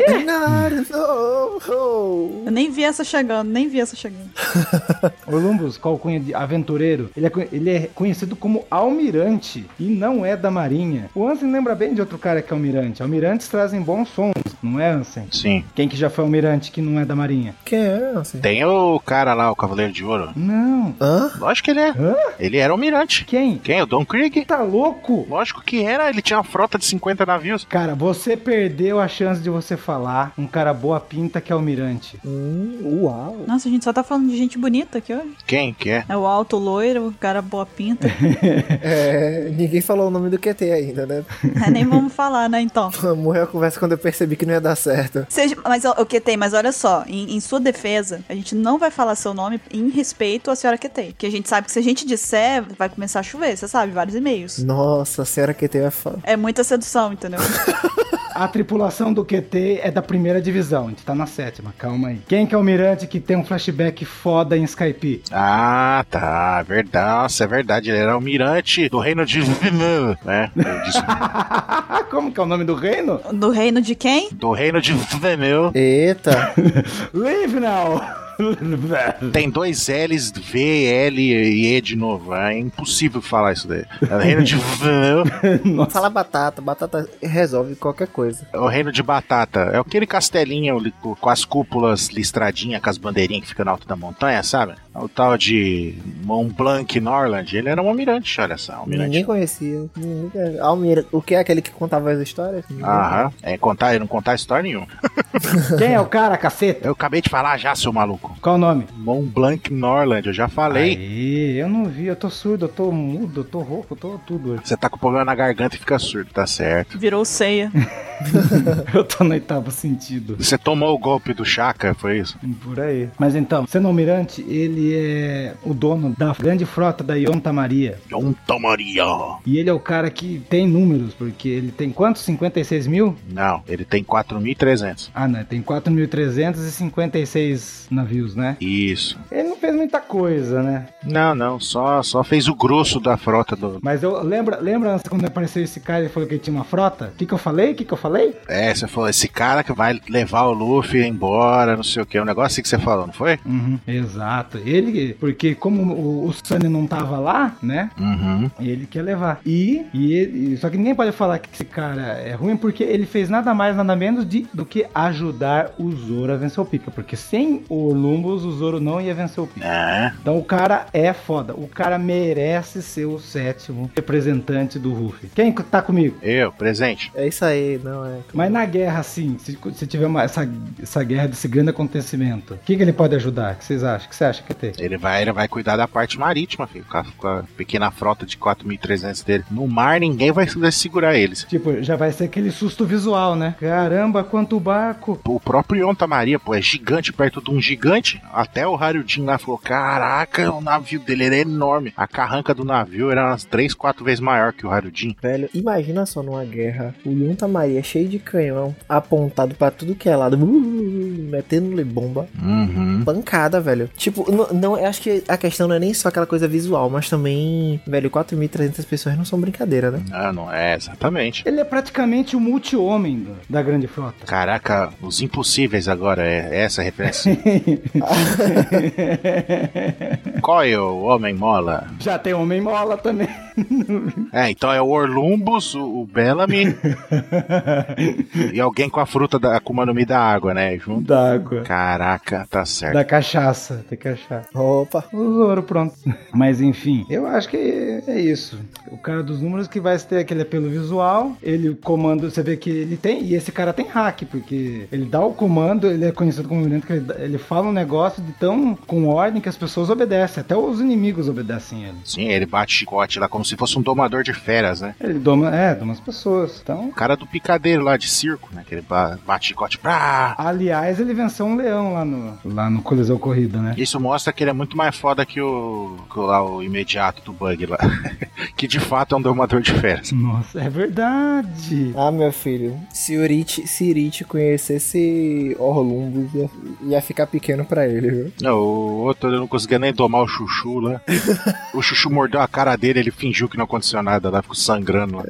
S1: Eu nem vi essa chegando, nem vi essa chegando.
S5: Orlumbus, com a alcunha de Aventureiro. Ele é, co- ele é conhecido como Almirante e não é da Marinha. O Ansem lembra bem de outro cara que é Almirante. Almirantes trazem bons sons, não é, Ansem?
S2: Sim.
S5: Quem que já foi Almirante que não é da Marinha?
S4: Quem é? Assim?
S2: Tem o cara lá, o Cavaleiro de Ouro.
S5: Não.
S4: Hã?
S2: Lógico que ele é.
S5: Hã?
S2: Ele era almirante.
S5: Quem?
S2: Quem? O Don Krieg?
S5: Tá louco?
S2: Lógico que era, ele tinha uma frota de 50 navios.
S5: Cara, você perdeu a chance de você falar um cara boa pinta que é almirante.
S4: Hum, uau.
S1: Nossa, a gente só tá falando de gente bonita aqui hoje.
S2: Quem que é?
S1: É o alto loiro, o cara boa pinta.
S4: É, ninguém falou o nome do QT ainda, né?
S1: É, nem vamos falar, né, então.
S4: Morreu a conversa quando eu percebi que não ia dar certo.
S1: Seja, mas ó, o que tem, mas olha só, em, em sua defesa, a gente não vai falar seu nome em respeito à senhora que tem. Porque a gente sabe que se a gente disser, vai começar a chover, você sabe, vários e-mails.
S4: Nossa, a senhora QT é fã.
S1: É muita sedução, entendeu?
S5: A tripulação do QT é da primeira divisão, a gente tá na sétima, calma aí. Quem que é o almirante que tem um flashback foda em Skype?
S2: Ah, tá. Verdade, nossa, é verdade. Ele era almirante do reino de. né? Eu disse-
S5: Como que é o nome do reino?
S1: Do reino de quem?
S2: Do reino de Veneu.
S4: Eita.
S5: Live now!
S2: Tem dois L's, V, L e E de novo. É impossível falar isso daí. É o reino de.
S5: Nossa.
S4: Fala batata, batata resolve qualquer coisa.
S2: É o reino de batata. É aquele castelinho ali com com as cúpulas listradinhas, com as bandeirinhas que fica na alta da montanha, sabe? É O tal de Mont Blanc Norland. Ele era um almirante, olha só. Almirante.
S4: Ninguém conhecia. Ninguém... Almira, o que é aquele que contava as histórias? Ninguém.
S5: Ah.
S2: Aham. É contar, não contar história nenhuma.
S5: Quem é o cara, caceta?
S2: Eu acabei de falar já, seu maluco.
S5: Qual o nome?
S2: Mont Blanc Norland, eu já falei.
S5: Aí, eu não vi, eu tô surdo, eu tô mudo, eu tô rouco, eu tô tudo hoje.
S2: Você tá com problema na garganta e fica surdo, tá certo.
S1: Virou ceia.
S5: Eu tô no oitavo sentido.
S2: Você tomou o golpe do Chaka, foi isso?
S5: Por aí. Mas então, sendo almirante, ele é o dono da grande frota da Yonta Maria.
S2: Jonta Maria.
S5: E ele é o cara que tem números, porque ele tem quantos? 56 mil?
S2: Não, ele tem 4.300.
S5: Ah, não, tem 4.356 navios, né?
S2: Isso.
S5: Ele não fez muita coisa, né?
S2: Não, não, só, só fez o grosso da frota do.
S5: Mas eu lembra, lembra quando apareceu esse cara e falou que ele tinha uma frota? O que, que eu falei? O que, que eu falei?
S2: É, você falou, esse cara que vai levar o Luffy embora, não sei o que. É um negócio assim que você falou, não foi?
S5: Uhum, exato. Ele, porque como o, o Sunny não tava lá, né?
S2: Uhum.
S5: Ele quer levar. E, e ele- só que ninguém pode falar que esse cara é ruim porque ele fez nada mais, nada menos de, do que ajudar o Zoro a vencer o Pika. Porque sem o Lumbus, o Zoro não ia vencer o Pika.
S2: É.
S5: Então o cara é foda. O cara merece ser o sétimo representante do Ruffy. Quem tá comigo?
S2: Eu, presente.
S4: É isso aí, não é.
S5: Mas na guerra, assim, se, se tiver uma- essa, essa guerra desse grande acontecimento, o que, que ele pode ajudar? O que vocês acham? O que você acha que tem?
S2: Ele vai, ele vai cuidar da parte marítima, filho. Com a, com a pequena frota de 4.300 dele. No mar, ninguém vai vai segurar eles.
S5: Tipo, já vai ser aquele susto visual, né? Caramba, quanto barco!
S2: O próprio Yonta Maria, pô, é gigante perto de um gigante. Até o Harudin lá falou: Caraca, o navio dele era enorme. A carranca do navio era umas 3, 4 vezes maior que o Harudin.
S4: Velho, imagina só numa guerra, o Yunta Maria cheio de canhão, apontado pra tudo que é lado, metendo-lhe bomba,
S5: Hum.
S2: Uhum.
S4: pancada, velho. Tipo, não, não, eu acho que a questão não é nem só aquela coisa visual, mas também, velho, 4.300 pessoas não são brincadeira, né?
S2: Não, não é, exatamente.
S5: Ele é praticamente o multi-homem do- da grande frota.
S2: Caraca, os impossíveis agora, é essa a referência. Coil, é o homem mola.
S5: já tem homem mola também.
S2: É, então é o Orlumbus, o, o Bellamy e alguém com a fruta da Akuma no Mi da água, né? Junto.
S5: da água.
S2: Caraca, tá certo.
S5: Da cachaça, tem cachaça.
S4: Opa,
S5: O Zoro, pronto. Mas enfim, eu acho que é isso. O cara dos números que vai ter aquele apelo visual, ele o comando, você vê que ele tem, e esse cara tem hack, porque ele dá o comando, ele é conhecido como violento, que ele, dá- ele fala um negócio de tão com ordem que as pessoas obedecem, até os inimigos obedecem ele.
S2: Sim, ele bate chicote lá como se fosse um domador de feras, né?
S5: Ele doma, é, doma as pessoas. Então,
S2: O cara do picadeiro lá de circo, né? Que ele ba- bate chicote. Pra...
S5: aliás, ele venceu um leão lá no lá no Coliseu Corrida, né?
S2: Isso mostra que ele é muito mais foda que o, que o lá, o imediato do bug lá. que de fato é um domador de feras.
S5: Nossa, é verdade.
S4: Ah, meu filho, se o Rich, se Rich conhecesse Orlumbus, ia, ia ficar pequeno pra ele, viu?
S2: Não, o outro ele não conseguia nem domar o chuchu lá. o chuchu mordeu a cara dele, ele fingiu que não aconteceu nada lá, ficou sangrando lá.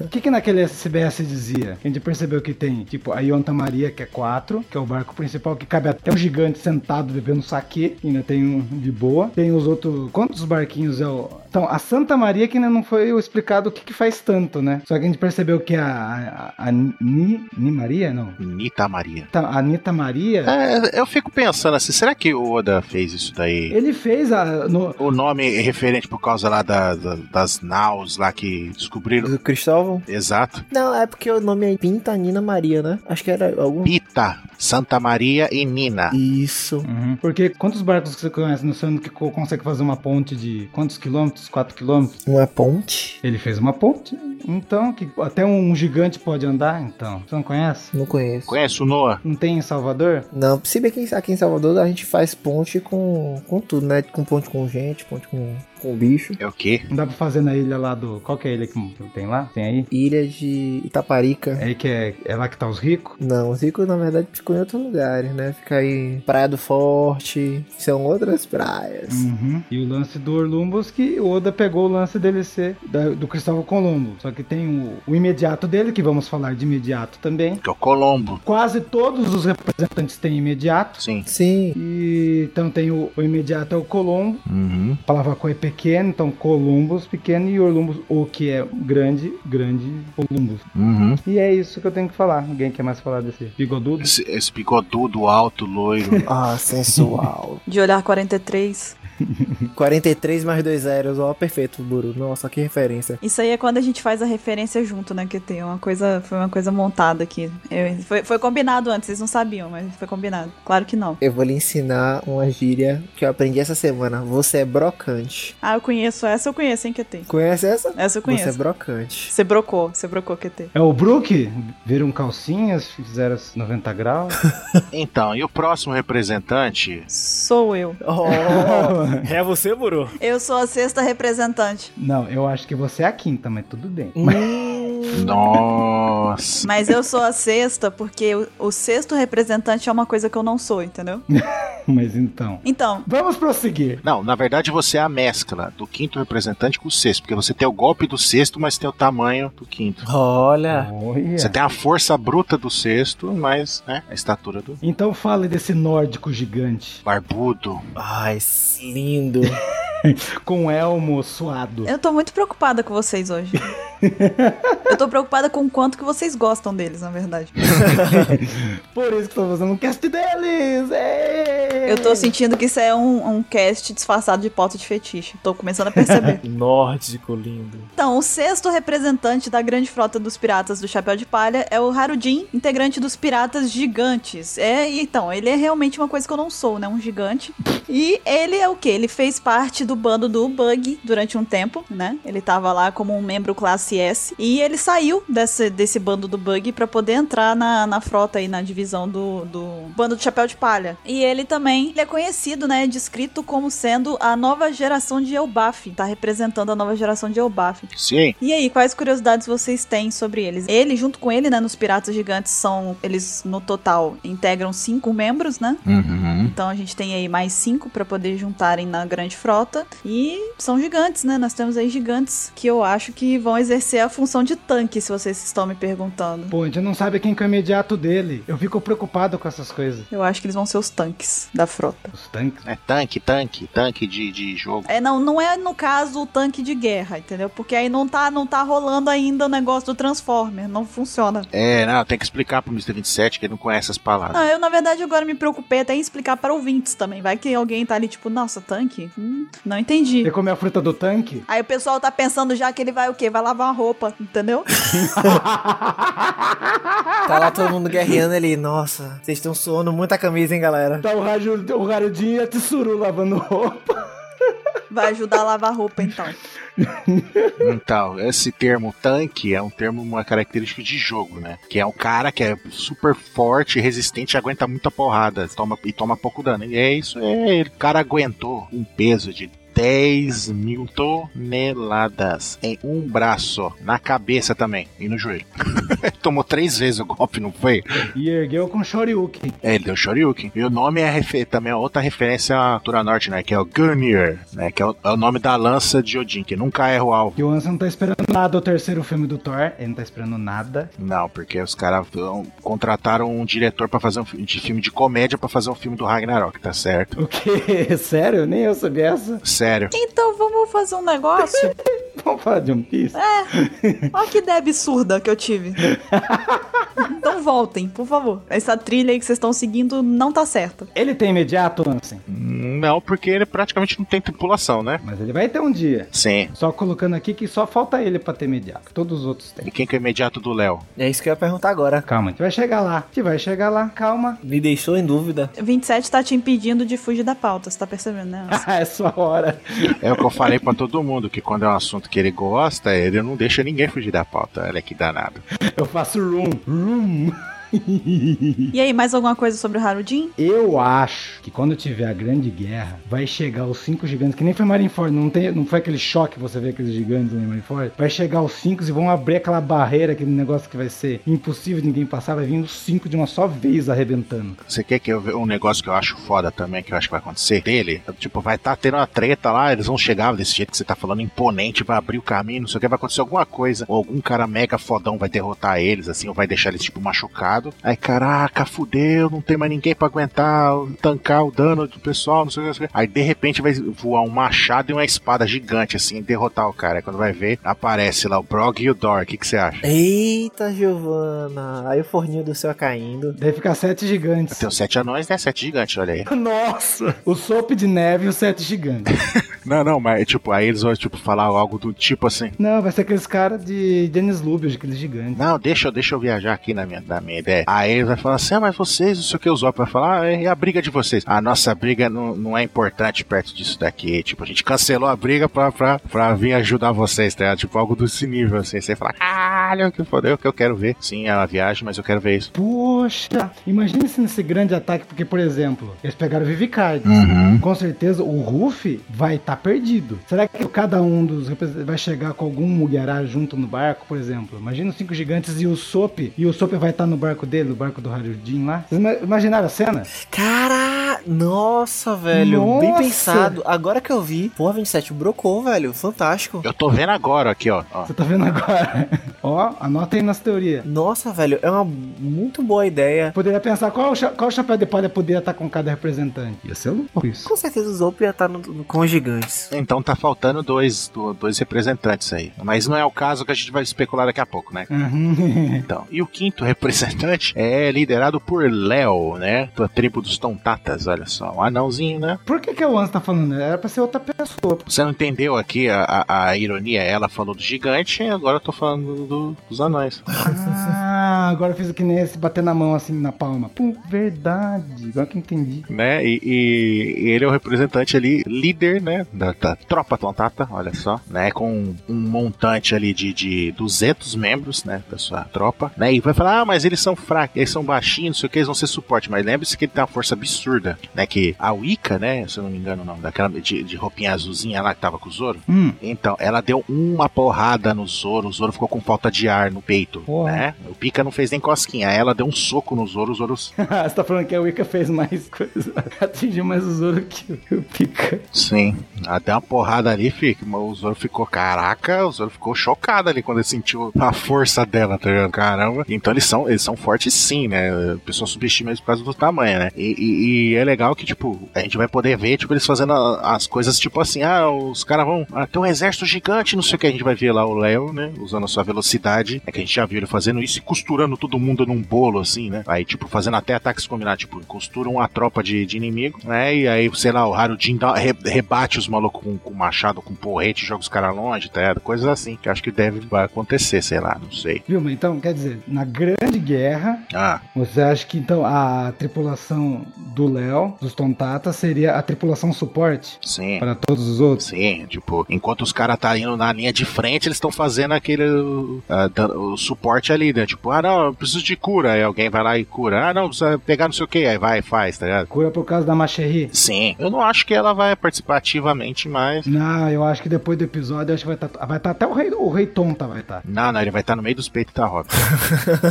S5: O que, que naquele SBS dizia? A gente percebeu que tem, tipo, a Yonta Maria, que é 4, que é o barco principal, que cabe até um gigante sentado bebendo saquê, ainda tem um de boa. Tem os outros. Quantos barquinhos é o. Então, a Santa Maria, que ainda não foi explicado o que, que faz tanto, né? Só que a gente percebeu que a. A, a Ni, Ni Maria? Não.
S2: Nita Maria.
S5: Ta- A Anitta Maria.
S2: É, eu fico pensando assim, será que o Oda fez isso daí?
S5: Ele fez a. no-
S2: O nome é referente por causa lá da- da- das naus lá que descobriram.
S4: Do Cristóvão?
S2: Exato.
S4: Não, é porque o nome é Pinta Nina Maria, né? Acho que era algum.
S2: Pita, Santa Maria e Nina.
S4: Isso.
S5: Uhum. Porque quantos barcos que você conhece no oceano que co- consegue fazer uma ponte de quantos quilômetros? 4 quilômetros?
S4: Uma ponte?
S5: Ele fez uma ponte, então, que até um gigante pode andar, então. Você não conhece?
S4: Não conheço.
S2: Conhece o Noah?
S5: Não tem em Salvador?
S4: Não, se bem que aqui em Salvador a gente faz ponte com, com tudo, né? Com ponte com gente, ponte com com o bicho.
S2: É o quê?
S5: Não dá pra fazer na ilha lá do. Qual que é a ilha que tem lá? Tem aí?
S4: Ilha de Itaparica.
S5: É aí que é, é lá que tá os ricos?
S4: Não, os ricos na verdade ficam em outros lugares, né? Fica aí Praia do Forte, são outras praias.
S5: Uhum. E o lance do Orlumbus que o Oda pegou o lance dele ser da- do Cristóvão Colombo. Só que tem o, o imediato dele, que vamos falar de imediato também.
S2: Que é o Colombo.
S5: Quase todos os representantes têm imediato.
S2: Sim.
S4: Sim,
S5: E então tem o, o imediato é o Colombo.
S2: Uhum.
S5: A palavra coi é pequeno, então Columbus pequeno e Orlumbus, o que é grande, grande Columbus.
S2: Uhum.
S5: E é isso que eu tenho que falar. Alguém quer mais falar desse bigodudo?
S2: Esse, esse bigodudo alto, loiro.
S4: Ah, sensual.
S1: De olhar 43.
S4: 43 mais dois zeros, ó, perfeito, Buru. Nossa, que referência.
S1: Isso aí é quando a gente faz a referência junto, né? Que tem uma coisa. Foi uma coisa montada aqui. Eu- foi, foi combinado antes, vocês não sabiam, mas foi combinado. Claro que não.
S4: Eu vou lhe ensinar uma gíria que eu aprendi essa semana. Você é brocante.
S1: Ah, eu conheço essa, eu conheço, hein, QT.
S4: Conhece essa?
S1: Essa eu
S4: Você é
S1: conheço.
S4: brocante.
S1: Você brocou, você brocou, QT.
S5: É o Brook? Viram calcinhas, fizeram 90 graus.
S2: então, e o próximo representante?
S1: Sou eu.
S4: Oh,
S3: É você, Buru?
S1: Eu sou a sexta representante.
S5: Não, eu acho que você é a quinta, mas tudo bem.
S4: Hum,
S2: Nossa.
S1: Mas eu sou a sexta porque o, o sexto representante é uma coisa que eu não sou, entendeu?
S5: Mas então.
S1: Então,
S5: Vamos prosseguir.
S2: Não, na verdade você é a mescla do quinto representante com o sexto, porque você tem o golpe do sexto, mas tem o tamanho do quinto.
S1: É.
S4: olha.
S5: Olha.
S2: Você tem a força bruta do sexto, mas né, a estatura do
S5: Então fale desse nórdico gigante.
S2: barbudo.
S4: Ai, lindo.
S5: Com elmo suado.
S1: eu tô muito preocupada com vocês hoje. Eu tô preocupada com o quanto que vocês gostam deles, na verdade.
S5: É Por isso que tô fazendo um cast deles. Ei!
S1: Eu tô sentindo que isso é um, um cast disfarçado de pauta de fetiche. Tô começando a perceber.
S3: Nórdico lindo.
S1: Então, o sexto representante da grande frota dos piratas do Chapéu de Palha é o Harudin, integrante dos Piratas Gigantes. É, e então, ele é realmente uma coisa que eu não sou, né? Um gigante. E ele é o quê? Ele fez parte do bando do Bug durante um tempo, né? Ele tava lá como um membro classe S. E ele saiu desse, desse bando do Bug pra poder entrar na, na frota aí, na divisão do, do bando do Chapéu de Palha. E ele também ele é conhecido, né? Descrito como sendo a nova geração de Elbaf. Tá representando a nova geração de Elbaf.
S2: Sim.
S1: E aí, quais curiosidades vocês têm sobre eles? Ele, junto com ele, né, nos Piratas Gigantes, são. Eles, no total, integram cinco membros, né?
S2: Uhum.
S1: Então a gente tem aí mais cinco pra poder juntarem na Grande Frota. E são gigantes, né? Nós temos aí gigantes que eu acho que vão exercer a função de tanque, se vocês estão me perguntando.
S5: Pô, a gente não sabe quem que é o imediato dele. Eu fico preocupado com essas coisas.
S1: Eu acho que eles vão ser os tanques da frota.
S5: Os tanques. né?
S2: É tanque, tanque, tanque de, de jogo.
S1: É, não, não é no caso o tanque de guerra, entendeu? Porque aí não tá, não tá rolando ainda o negócio do Transformer, não funciona.
S2: É, não, tem que explicar pro Mr. 27 que ele não conhece as palavras.
S1: Não, eu na verdade agora me preocupei até em explicar para ouvintes também. Vai que alguém tá ali tipo, nossa, tanque? Hum, não entendi.
S5: Você comeu a fruta do tanque?
S1: Aí o pessoal tá pensando já que ele vai o quê? Vai lavar a roupa, entendeu?
S4: Tá lá todo mundo guerreando ali. Nossa, vocês estão suando muita camisa, hein, galera?
S5: Tá o, Raju, o Harudinho e a Tsuru lavando roupa.
S1: Vai ajudar a lavar a roupa então.
S2: Então, esse termo tanque é um termo, uma característica de jogo, né? Que é um cara que é super forte, resistente, aguenta muita porrada toma, e toma pouco dano. E é isso, é, o cara aguentou um peso de 10 mil toneladas em um braço, na cabeça também e no joelho. Tomou três vezes o golpe, não foi?
S5: E ergueu com Shoryuken.
S2: É, ele deu Shoryuken. E o nome é refe- também é outra referência à cultura norte, né? Que é o Gunir, né? Que é o, é o nome da lança de Odin, que nunca erra o alvo.
S5: E o Anson não tá esperando nada o terceiro filme do Thor. Ele não tá esperando nada.
S2: Não, porque os caras vão- contrataram um diretor para fazer um fi- de filme de comédia para fazer um filme do Ragnarok, tá certo?
S5: O quê? Sério? Nem eu sabia essa.
S2: Sério.
S1: Então vamos fazer um negócio?
S5: Vamos falar de One Piece?
S1: Olha que ideia absurda que eu tive. Então voltem, por favor. Essa trilha aí que vocês estão seguindo não tá certa.
S5: Ele tem imediato, Ansem.
S2: Não, porque ele praticamente não tem tripulação, né?
S5: Mas ele vai ter um dia.
S2: Sim.
S5: Só colocando aqui que só falta ele pra ter imediato. Todos os outros têm.
S2: E quem que é o imediato do Léo?
S4: É isso que eu ia perguntar agora.
S5: Calma, a gente vai chegar lá. A gente vai chegar lá, calma.
S4: Me deixou em dúvida.
S1: 27 tá te impedindo de fugir da pauta, você tá percebendo, né?
S5: Ah, é sua hora.
S2: É o que eu falei para todo mundo, que quando é um assunto que ele gosta, ele não deixa ninguém fugir da pauta. Olha que danado.
S5: Eu faço room. Room.
S1: E aí, mais alguma coisa sobre o Harudin?
S5: Eu acho que quando tiver a grande guerra, vai chegar os cinco gigantes, que nem foi Marineford, não, tem, não foi aquele choque você vê aqueles gigantes em Marineford? Vai chegar os cinco e vão abrir aquela barreira, aquele negócio que vai ser impossível de ninguém passar, vai vir os cinco de uma só vez arrebentando.
S2: Você quer que eu ve- um negócio que eu acho foda também, que eu acho que vai acontecer dele? Tipo, vai estar tendo uma treta lá, eles vão chegar desse jeito que você tá falando, imponente, vai abrir o caminho, não sei o que, vai acontecer alguma coisa. Ou algum cara mega fodão vai derrotar eles, assim, ou vai deixar eles, tipo, machucado. Aí, caraca, fudeu, não tem mais ninguém pra aguentar, tancar o dano do pessoal, não sei o que, não sei o que. Aí, de repente, vai voar um machado e uma espada gigante, assim, e derrotar o cara. Aí, quando vai ver, aparece lá o Brog e o Dor. O que que você acha?
S4: Eita, Giovana. Aí o forninho do céu caindo.
S5: Daí fica sete gigantes.
S2: Tem os sete anões, né? Sete gigantes, olha aí.
S5: Nossa! O Soap de Neve e os sete gigantes.
S2: Não, não, mas tipo, aí eles vão tipo falar algo do tipo assim.
S5: Não, vai ser aqueles caras de Dennis Lubio, aqueles gigantes.
S2: Não, deixa, eu- deixa eu viajar aqui na minha, na minha ideia. Aí eles vai falar assim: ah, mas vocês, não sei o que, o Zop vai falar, ah, é a briga de vocês. A nossa briga não, não é importante perto disso daqui. Tipo, a gente cancelou a briga pra, pra, pra vir ajudar vocês, tá? ligado? Tipo, algo desse nível, assim. Você fala, caralho, que foda, é o que eu quero ver. Sim, é uma viagem, mas eu quero ver isso.
S5: Poxa, imagina se nesse grande ataque, porque, por exemplo, eles pegaram o Vivicard. Com certeza o Ruffy vai estar perdido. Será que cada um dos representantes vai chegar com algum Mugiará junto no barco, por exemplo? Imagina os cinco gigantes e o Sop, e o Sop vai estar no barco dele, no barco do Harudin lá. Vocês ima- imaginaram a cena?
S4: Cara, nossa, velho. Bem
S5: Nossa.
S4: pensado. Agora que eu vi. Pô, a 27 brocou, velho. Fantástico.
S2: Eu tô vendo agora aqui, ó. ó.
S5: Você tá vendo agora? Ó, anota aí nas teorias.
S4: Nossa, velho. É uma muito boa ideia.
S5: Poderia pensar qual, cha- qual chapéu de palha poderia estar com cada representante. Ia ser louco isso.
S4: Com certeza o Zop ia estar no, no- com os gigantes.
S2: Então tá faltando dois, do- dois representantes aí. Mas não é o caso que a gente vai especular daqui a pouco, né?
S5: Uhum.
S2: Então, e o quinto representante é liderado por Léo, né? Da tribo dos Tontatas, olha só. Um anãozinho, né?
S5: Por que, que o Anso tá falando? Era pra ser outra pessoa.
S2: Você não entendeu aqui a, a- a ironia? Ela falou do gigante, agora eu tô falando do- dos anões.
S5: Ah, agora eu fiz que nem esse bater na mão assim na palma. Pum, verdade. Agora que eu entendi.
S2: Né? E, e- e ele é o representante ali, líder, né? Da, da tropa Tontata, olha só. Né? Com um montante ali de, de 200 membros, né? Da sua tropa. Né? E vai falar, ah, mas eles são fracos, eles são baixinhos, não sei o que, eles vão ser suporte. Mas lembre-se que ele tem uma força absurda, né? Que a Wicca, né? Se eu não me engano o nome daquela, de, de roupinha azulzinha lá que tava com o Zoro.
S5: Hum.
S2: Então, ela deu uma porrada no Zoro, o Zoro ficou com falta de ar no peito,
S5: Porra.
S2: né? O Pika não fez nem cosquinha, ela deu um soco no Zoro, o Zoro...
S5: Você tá falando que a Wicca fez mais coisa. Atingiu mais o Zoro que o Pica.
S2: Sim, ela deu uma porrada ali, fica, mas o Zoro ficou, caraca, o Zoro ficou chocado ali quando ele sentiu a força dela, tá ligado? Caramba. Então eles são, eles são fortes sim, né? O pessoal subestima eles por causa do tamanho, né? E, e- e é legal que, tipo, a gente vai poder ver, tipo, eles fazendo a- as coisas, tipo assim, ah, os caras vão, ah, tem um exército gigante, não sei o que, a gente vai ver lá o Léo, né? Usando a sua velocidade, é que a gente já viu ele fazendo isso e costurando todo mundo num bolo, assim, né? Aí, tipo, fazendo até ataques combinados, tipo, costura uma tropa de, de inimigo, né? E aí, sei lá, o Harudin dá, re- rebate os malucos com, com machado, com porrete, joga os caras longe, tá ligado? Coisas assim, que eu acho que deve vai acontecer, sei lá, não sei.
S5: Viu, mas então, quer dizer, na grande guerra,
S2: Ah,
S5: você acha que então a tripulação do Léo, dos Tontatas, seria a tripulação suporte
S2: sim.
S5: para todos os outros?
S2: Sim, tipo, enquanto os caras tá indo na linha de frente, eles estão fazendo aquele uh, dan- o suporte ali, né? Tipo, ah não, eu preciso de cura, aí alguém vai lá e cura. Ah não, precisa pegar não sei o que, aí vai, faz, tá ligado?
S5: Cura por causa da Macherry?
S2: Sim. Eu não acho que ela vai participar ativamente, mas.
S5: Não, eu acho que depois do episódio, eu acho que vai estar vai tá até o rei, o rei Tonta vai tá. estar.
S2: Não, não, ele vai estar no meio dos peitos da Robin.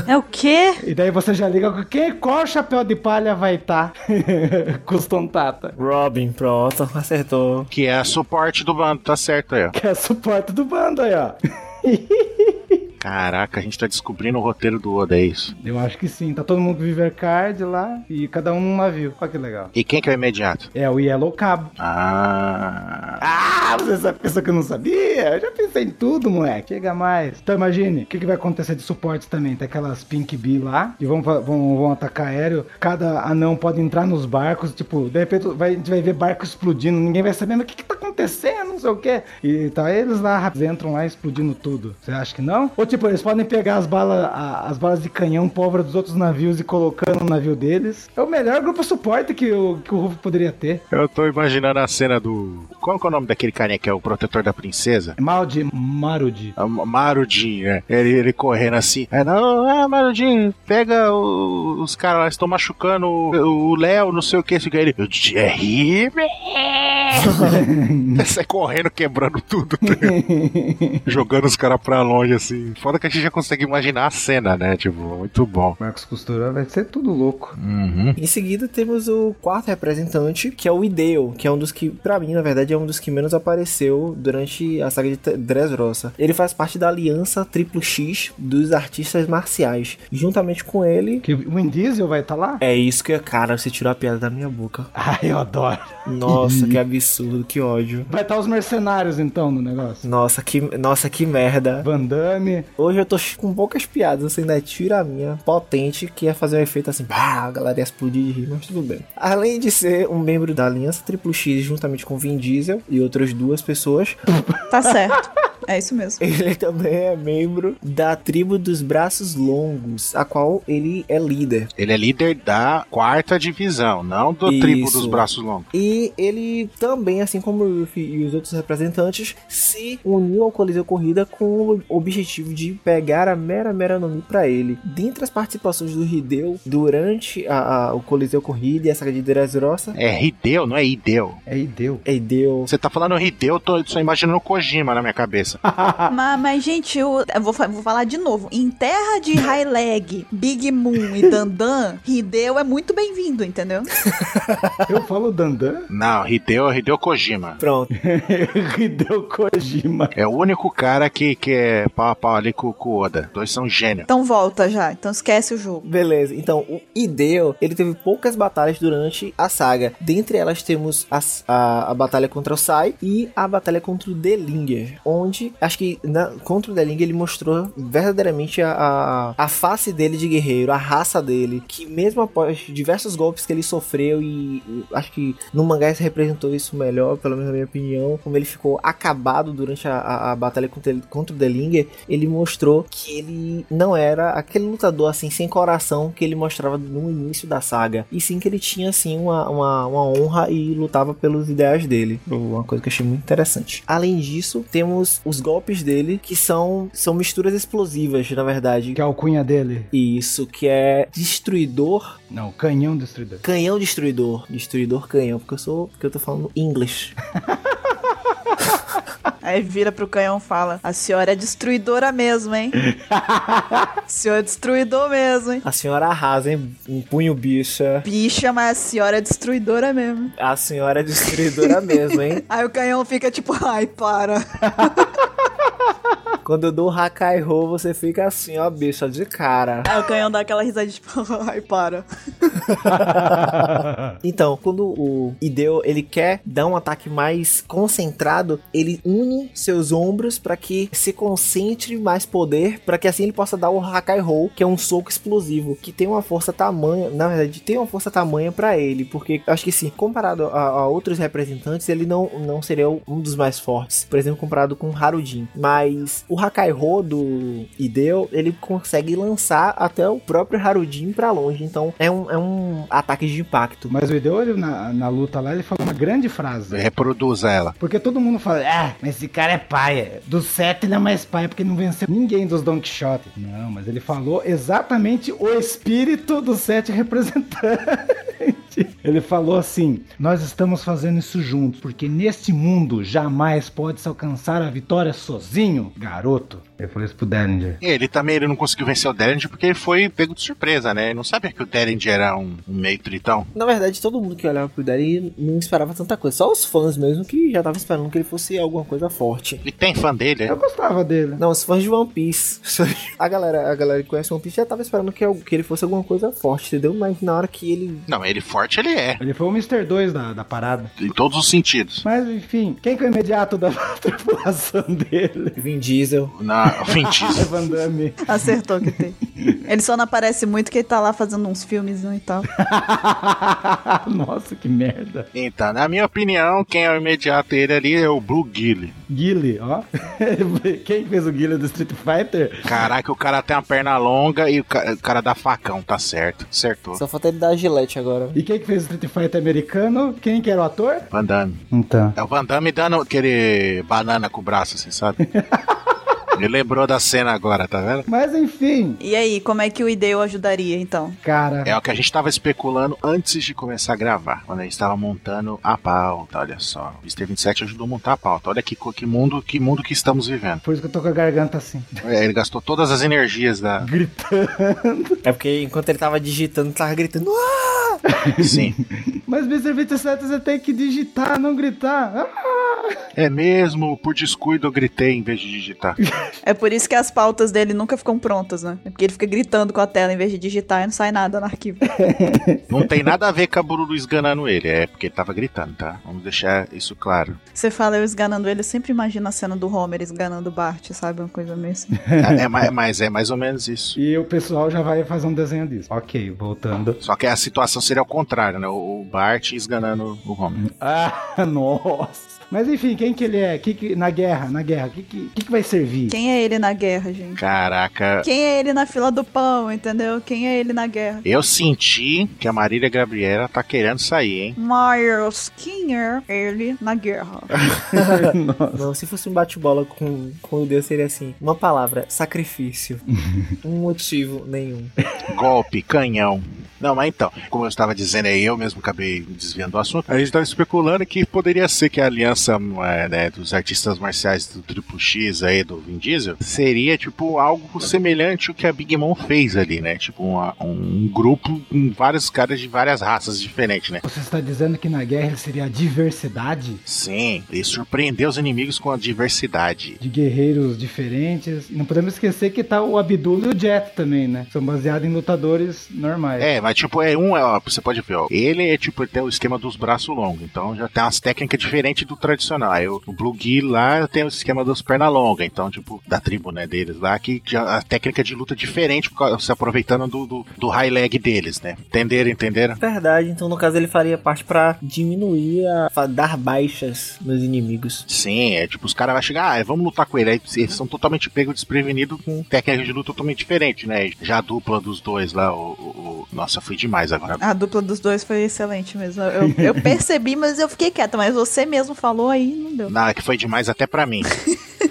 S1: É o quê?
S5: E daí você já liga com quem? Qual chapéu de palha vai tá?" estar? com os Tontata.
S4: Robin, pronto. Acertou.
S2: que é a suporte do bando, tá certo aí, ó.
S5: Que é suporte do bando aí, ó.
S2: Caraca, a gente tá descobrindo o roteiro do Oda, é isso.
S5: Eu acho que sim. Tá todo mundo com o Viver Card lá e cada um num navio. Olha que legal.
S2: E quem que é o imediato?
S5: É o Yellow Cabo.
S2: Ah.
S5: Ah, você sabe pessoa que eu não sabia? Eu já pensei em tudo, moleque. Chega mais. Então imagine, o que, que vai acontecer de suporte também? Tem aquelas Pink Bee lá, que vão, fa- vão, vão atacar aéreo. Cada anão pode entrar nos barcos, tipo, de repente vai- a gente vai ver barco explodindo, ninguém vai saber, mas o que, que tá acontecendo? acontecendo? Não sei o quê. E tá eles lá, rápido, entram lá explodindo tudo. Você acha que não? Ou tipo, eles podem pegar as balas, a- as balas de canhão pólvora dos outros navios e colocando no navio deles. É o melhor grupo suporte que o, que o Ruff poderia ter.
S2: Eu tô imaginando a cena do. Qual que é o nome daquele carinha que é o protetor da princesa?
S5: Maldi, Marudi.
S2: A Ma- Marudin, é. Ele, ele correndo assim. É, não, é, Marudin, pega o- os caras lá, estão machucando o o Léo, não sei o que, isso que ele. "É "O Jerry! Sai correndo, quebrando tudo, tá ligado? jogando os caras pra longe, assim. Foda que a gente já consegue imaginar a cena, né? Tipo, muito bom.
S5: Marcos Costura vai ser tudo louco.
S4: Em seguida temos o quarto representante, que é o Ideo, que é um dos que, pra mim, na verdade, é um dos que menos apareceu durante a saga de T- Dressrosa. Ele faz parte da aliança Triplo X dos artistas marciais. Juntamente com ele.
S5: Que o Vin Diesel vai estar lá?
S4: É isso que, cara, você tirou a piada da minha boca.
S5: Ah, eu adoro.
S4: Nossa, que absurdo, que ódio.
S5: Vai estar os mercenários então no negócio.
S4: Nossa, que, nossa, que merda.
S5: Van Damme.
S4: Hoje eu tô com poucas piadas, você ainda tira a minha potente, que ia fazer um efeito assim, pá, a galera ia explodir de rir, mas tudo bem. Além de ser um membro da Aliança Triplo X juntamente com Vin Diesel e outras duas pessoas,
S1: Tá certo. É isso mesmo.
S4: ele também é membro da tribo dos braços longos, a qual ele é líder.
S2: Ele é líder da quarta divisão, não do
S4: Isso.
S2: tribo dos braços longos.
S4: E ele também, assim como o Ruffy e os outros representantes, se uniu ao Coliseu Corrida com o objetivo de pegar a Mera Mera no Mi pra ele. Dentre as participações do Hideo durante a- a- o Coliseu Corrida e a saga de Dressrosa,
S2: É Hideo, não é Ideu.
S5: É e deu.
S4: Hideo...
S2: Você tá falando Hideo, eu tô só imaginando o Kojima na minha cabeça.
S1: Mas, mas, gente, eu, eu vou, fa- vou falar de novo. Em terra de Highleg, Big Moon e Dandan, Hideo é muito bem-vindo, entendeu?
S5: Eu falo Dandan?
S2: Não, Hideo, Hideo Kojima.
S4: Pronto.
S5: Hideo Kojima.
S2: É o único cara que, que é pau a pau ali com, com o Oda. Dois são gênios.
S1: Então volta já. Então esquece o jogo.
S4: Beleza, então o Ideo, ele teve poucas batalhas durante a saga. Dentre elas temos as- a, a batalha contra o Sai e a batalha contra o Delinger. Onde, acho que na- contra o Delinger ele mostrou verdadeiramente a, a, a face dele de guerreiro, a raça dele. Que mesmo após diversos golpes que ele sofreu e, e acho que no mangá se representou isso melhor, pelo menos na minha opinião. Como ele ficou acabado durante a, a- a batalha contra, ele- contra o Delinger, ele mostrou que ele não era aquele lutador assim sem coração que ele mostrava no início da saga. E sim que ele tinha assim uma, uma, uma honra e lutava pelos ideais dele. Uma coisa que eu achei muito interessante. Além disso, temos os golpes dele que são, são misturas explosivas, na verdade.
S5: Que é a alcunha dele.
S4: Isso que é destruidor,
S5: Não, canhão destruidor.
S4: canhão destruidor, destruidor canhão, porque eu sou, porque eu tô falando inglês.
S1: Aí vira pro canhão e fala: A senhora é destruidora mesmo, hein? o senhor é destruidor mesmo, hein?
S4: A senhora arrasa, hein? Um punho bicha.
S1: Bicha, mas a senhora é destruidora mesmo.
S4: A senhora é destruidora mesmo, hein?
S1: Aí o canhão fica tipo, ai, para.
S4: Quando eu dou Hakai Ho, você fica assim, ó, bicha, de cara.
S1: Aí o canhão dá aquela risada tipo, ai, para.
S4: Então, quando o Ideo ele quer dar um ataque mais concentrado, ele une seus ombros pra que se concentre mais poder, pra que assim ele possa dar o Hakai Roll, que é um soco explosivo, que tem uma força tamanha, na verdade, tem uma força tamanha pra ele, porque acho que sim, comparado a, a outros representantes, ele não, não seria um dos mais fortes, por exemplo, comparado com o Harudin, mas o Hakai Roll do Ideo, ele consegue lançar até o próprio Harudin pra longe, então é um, é um ataque de impacto.
S5: Mas o Ideu, ele, na, na luta lá, ele fala uma grande
S2: É,
S5: frase.
S2: Reproduza ela.
S5: Porque todo mundo fala, ah, mas esse cara é paia. Do sete ele é mais paia porque não venceu ninguém dos Don Quixote. Não, mas ele falou exatamente o espírito do sete representante. Ele falou assim: Nós estamos fazendo isso juntos, porque neste mundo jamais pode se alcançar a vitória sozinho, garoto. Ele falou isso pro Dellinger.
S2: E ele também ele não conseguiu vencer o Derringer porque ele foi pego de surpresa, né? Ele não sabia que o Derringer era um, um meio tritão.
S4: Na verdade, todo mundo que olhava pro Daddy não esperava tanta coisa. Só os fãs mesmo que já estavam esperando que ele fosse alguma coisa forte.
S2: E tem fã dele, né?
S5: Eu gostava dele.
S4: Não, os fãs de One Piece. A galera, a galera que conhece One Piece já tava esperando que, al- que ele fosse alguma coisa forte, entendeu? Mas na hora que ele.
S2: Não, ele forte ele é.
S5: Ele foi o Mr. 2 da, da parada.
S2: Em todos os sentidos.
S5: Mas enfim, quem que é o imediato da tripulação dele?
S4: Vin Diesel.
S2: Não, Ah, o Vin Diesel.
S5: Van Damme.
S1: Acertou que tem. Ele só não aparece muito que ele tá lá fazendo uns filmes né, e tal.
S5: Nossa, que merda.
S2: Então, na minha opinião, quem é o imediato dele ali é o Blue Gilly.
S5: Guile, ó. Quem fez o Guile do Street Fighter?
S2: Caraca, o cara tem uma perna longa e o ca- o cara dá facão, tá certo. Acertou.
S4: Só falta ele dar a gilete agora.
S5: E quem que fez o Street Fighter americano? Quem que era o ator?
S2: Van Damme.
S5: Então.
S2: É o Van Damme dando aquele banana com o braço, assim, sabe? Me lembrou da cena agora, tá vendo?
S5: Mas enfim,
S1: E aí, como é que o Ideu ajudaria, então?
S5: cara.
S2: É o que a gente tava especulando antes de começar a gravar, quando a gente tava montando a pauta, olha só. O Mr. 27 ajudou a montar a pauta. Olha que, co- que mundo, que mundo que estamos vivendo.
S5: Por isso que eu tô com a garganta assim, tá
S2: É, ele gastou todas as energias da.
S5: gritando.
S4: É porque enquanto ele tava digitando, tava gritando. "Ah!"
S2: Sim.
S5: Mas Mr. 27 você tem que digitar, não gritar. Ah!
S2: É mesmo, por descuido eu gritei em vez de digitar.
S1: É por isso que as pautas dele nunca ficam prontas, né? É porque ele fica gritando com a tela em vez de digitar e não sai nada no arquivo.
S2: Não tem nada a ver com a Bururu esganando ele, é porque ele tava gritando, tá? Vamos deixar isso claro.
S1: Você fala eu esganando ele, eu sempre imagino a cena do Homer esganando o Bart, sabe? Uma coisa meio assim.
S2: É, é ma- mas é mais ou menos isso.
S5: E o pessoal já vai fazer um desenho disso. Ok, voltando.
S2: Só que a situação seria o contrário, né? O o Bart esganando o Homer.
S5: Ah, nossa. Mas enfim, quem que ele é? Que que- na guerra, na guerra, o que, que, que que vai servir?
S1: Quem é ele na guerra, gente?
S2: Caraca.
S1: Quem é ele na fila do pão, entendeu? Quem é ele na guerra?
S2: Eu senti que a Marília Gabriela tá querendo sair, hein?
S1: Miles, quem é ele na guerra?
S4: Não, se fosse um bate-bola com, com o Deus, seria assim: uma palavra, sacrifício. um motivo nenhum.
S2: Golpe, canhão. Não, mas então, como eu estava dizendo aí, eu mesmo acabei me desviando do assunto. A gente estava especulando que poderia ser que a aliança é, né, dos artistas marciais do Triple X aí, do Vin Diesel, seria tipo algo semelhante ao que a Big Mom fez ali, né? Tipo uma- um grupo com vários caras de várias raças diferentes, né?
S5: Você está dizendo que na guerra ele seria a diversidade
S2: Sim, e surpreender os inimigos com a diversidade.
S5: de guerreiros diferentes? E não podemos esquecer que tá o Abdul e o Jet também, né? São baseados em lutadores normais.
S2: É, mas tipo, é um, é, ó, você pode ver, ó. Ele é tipo, ele tem o esquema dos braços longos, então já tem umas técnicas diferentes do tradicional. Aí o o Blue Gui lá tem o esquema dos pernas longas, então, tipo, da tribo, né, deles lá, que já, a técnica de luta é diferente, por causa- se aproveitando do, do, do high leg deles, né? Entenderam, entenderam?
S4: Verdade, então no caso ele faria parte pra diminuir a. pra dar baixas nos inimigos.
S2: Sim, é tipo, os caras vão chegar, ah, vamos lutar com ele. Aí eles são totalmente pegos desprevenidos com técnica de luta totalmente diferente, né? Já a dupla dos dois lá, o. o- o- Nossa, fui demais agora.
S1: A dupla dos dois foi excelente mesmo. Eu, eu percebi, mas eu fiquei quieta. Mas você mesmo falou aí, não deu.
S2: Nada, que foi demais até pra mim.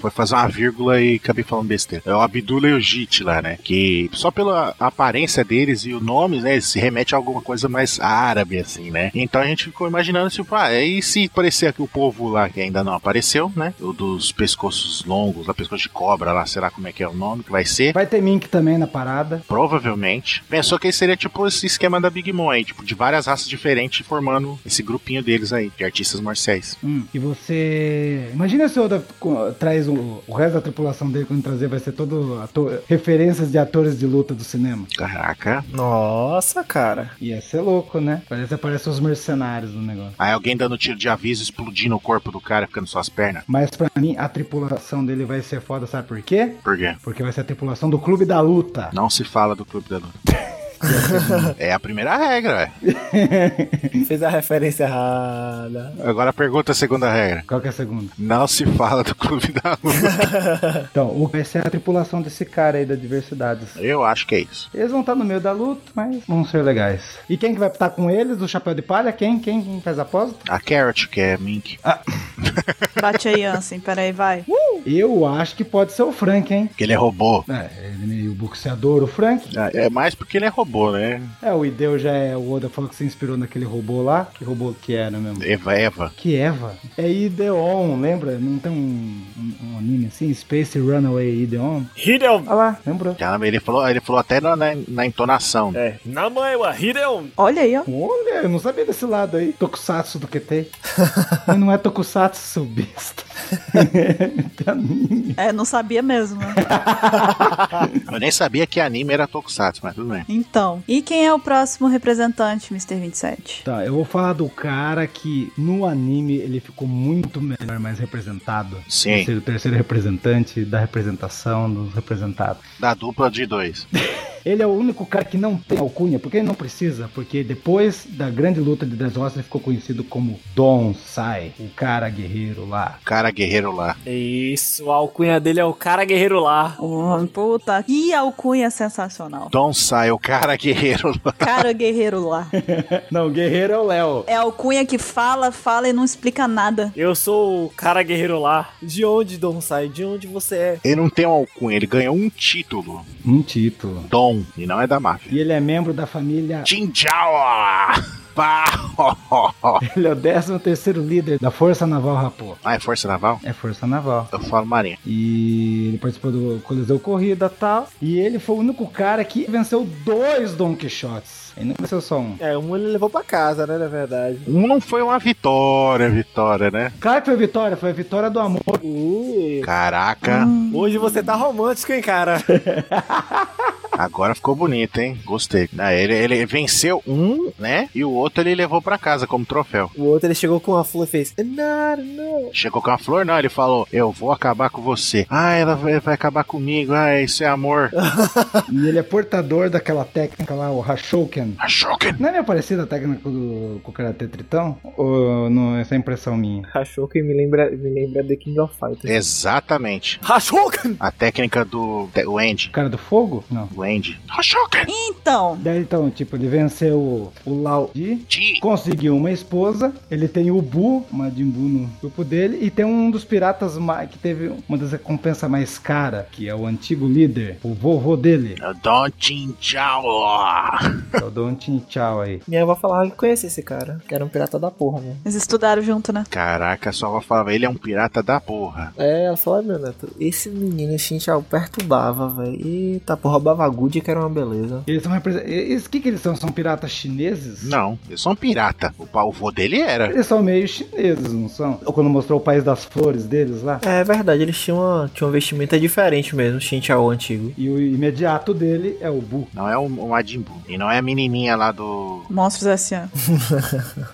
S2: Foi fazer uma vírgula e acabei falando besteira. É o Abdullah e o Jit lá, né? Que só pela aparência deles e o nome, né? Se remete a alguma coisa mais árabe, assim, né? Então a gente ficou imaginando, tipo, ah, e se parecer que o povo lá que ainda não apareceu, né? O dos pescoços longos, lá, pescoço de cobra lá, sei lá como é que é o nome que vai ser.
S5: Vai ter Mink também na parada.
S2: Provavelmente. Pensou que seria tipo esse esquema da Big Mom aí, tipo, de várias raças diferentes formando esse grupinho deles aí, de artistas marciais.
S5: Hum, E você. Imagina se o Oda co- traz o, o resto da tripulação dele quando trazer, vai ser todo ator- referências de atores de luta do cinema.
S2: Caraca.
S4: Nossa, cara.
S5: Ia ser louco, né? Parece que aparecem os mercenários no negócio.
S2: Aí alguém dando tiro de aviso, explodindo o corpo do cara, ficando só as pernas.
S5: Mas pra mim, a tripulação dele vai ser foda, sabe por quê?
S2: Por quê?
S5: Porque vai ser a tripulação do Clube da Luta.
S2: Não se fala do clube da luta. é a primeira regra, ué.
S4: Fez a referência errada.
S2: Agora pergunta a segunda regra.
S5: Qual que é a segunda?
S2: Não se fala do clube da luta.
S5: Então, o- vai ser a tripulação desse cara aí da diversidade.
S2: Eu acho que é isso.
S5: Eles vão estar no meio da luta, mas vão ser legais. E quem que vai estar com eles? O Chapéu de Palha? Quem? Quem? Quem faz a aposta?
S2: A Carrot, que é Mink.
S1: Bate aí, Ansem. Peraí, vai.
S5: Eu acho que pode ser o Frank, hein?
S2: Que ele é robô.
S5: É, ele meio boxeador, o Frank.
S2: Ah, É mais porque ele é robô, né?
S5: É, o Ideu já é. O Oda falou que se inspirou naquele robô lá. Que robô que era mesmo?
S2: Eva, Eva.
S5: Que Eva? É Ideon, lembra? Não tem um, um- um anime assim? Space Runaway Ideon?
S3: Hideon!
S5: Olha lá, lembrou.
S2: Já, Ele falou, ele falou até na, na- na entonação.
S3: É, Namae wa Hideon!
S1: Olha aí, ó.
S5: Olha, eu não sabia desse lado aí. Tokusatsu do QT. Mas não é Tokusatsu, seu Então, besta. Tem anime.
S1: É, não sabia mesmo. né?
S2: Eu nem sabia que anime era Tokusatsu, mas tudo bem.
S1: Então, e quem é o próximo representante, Mr. 27?
S5: Tá, eu vou falar do cara que no anime ele ficou muito melhor, mais representado.
S2: Sim.
S5: Ser o terceiro representante da representação dos representados.
S2: Da dupla de dois.
S5: Ele é o único cara que não tem alcunha, porque ele não precisa, porque depois da grande luta de Dressrosa ele ficou conhecido como Don Sai, o cara guerreiro lá.
S2: Cara guerreiro lá.
S3: Isso, a alcunha dele é o cara guerreiro lá.
S1: Oh, puta, que alcunha sensacional.
S2: Don Sai, o cara guerreiro lá.
S1: Cara guerreiro lá.
S5: Não, guerreiro é o Léo.
S1: É a alcunha que fala, fala e não explica nada.
S3: Eu sou o cara guerreiro lá.
S4: De onde, Don Sai? De onde você é?
S2: Ele não tem um alcunha, ele ganhou um título.
S5: Um título.
S2: Dom, e não é da máfia.
S5: E ele é membro da família.
S2: Jinjawa! Pau!
S5: Ele é o 13 terceiro líder da Força Naval Rapô.
S2: Ah, é Força Naval?
S5: É Força Naval.
S2: Eu falo marinha.
S5: E ele participou do Coliseu Corrida e tal. E ele foi o único cara que venceu dois Don Quixotes. Ele não venceu só um.
S4: É, um ele levou pra casa, né, na verdade.
S2: Um não foi uma vitória, vitória, né?
S5: Claro que foi vitória, foi a vitória do amor.
S4: Ih,
S2: Caraca,
S4: hoje você tá romântico, hein, cara?
S2: agora ficou bonito, hein? Gostei. Ah, Ele, ele venceu um, né? E o outro ele levou pra casa como troféu.
S4: O outro ele chegou com a flor e fez: Não, não.
S2: Chegou com a flor, não, ele falou: Eu vou acabar com você. Ah, ela vai vai acabar comigo. Ah, isso é amor.
S5: E ele é portador daquela técnica lá, o Hashoken.
S2: Choque!
S5: Não é meio parecida a técnica do com o Karate Tritão? Ou não, essa é impressão minha?
S4: Achou que me lembra, me lembra The King of Fighters.
S2: Exatamente.
S3: Hashokan!
S2: A técnica do. O Andy.
S5: O cara do fogo? Não.
S2: O Andy. Hashoken!
S1: Então,
S5: Daí então, tipo, ele venceu o- o Lao Di, conseguiu uma esposa, ele tem o Bu, uma Jimbu no grupo dele, e tem um dos piratas ma- que teve uma das recompensas mais cara, que é o antigo líder, o vovô dele,
S2: Don Jinjao.
S5: que é o Don Chin Chao aí.
S4: Minha avó falava que conhecia esse cara, que era um pirata da porra, mano.
S1: eles estudaram junto, né?
S2: Caraca, só vou falar, ele é um pirata da porra.
S4: É, ela falou, "Ai, meu neto, esse menino Xinchao perturbava, velho. Eita, porra, roubava Gucci que era uma beleza.
S5: Eles são representantes. O que, que eles são? São piratas chineses?
S2: Não, eles são pirata. O pau vô dele era.
S5: Eles são meio chineses, não são? Ou Quando mostrou o país das flores deles lá.
S4: É verdade, eles tinham uma, tinham uma vestimenta diferente mesmo, Xinchao antigo.
S5: E o imediato dele é o Bu.
S2: Não é o um, Adimbu. E não é a menininha lá do.
S1: Monstros S.A.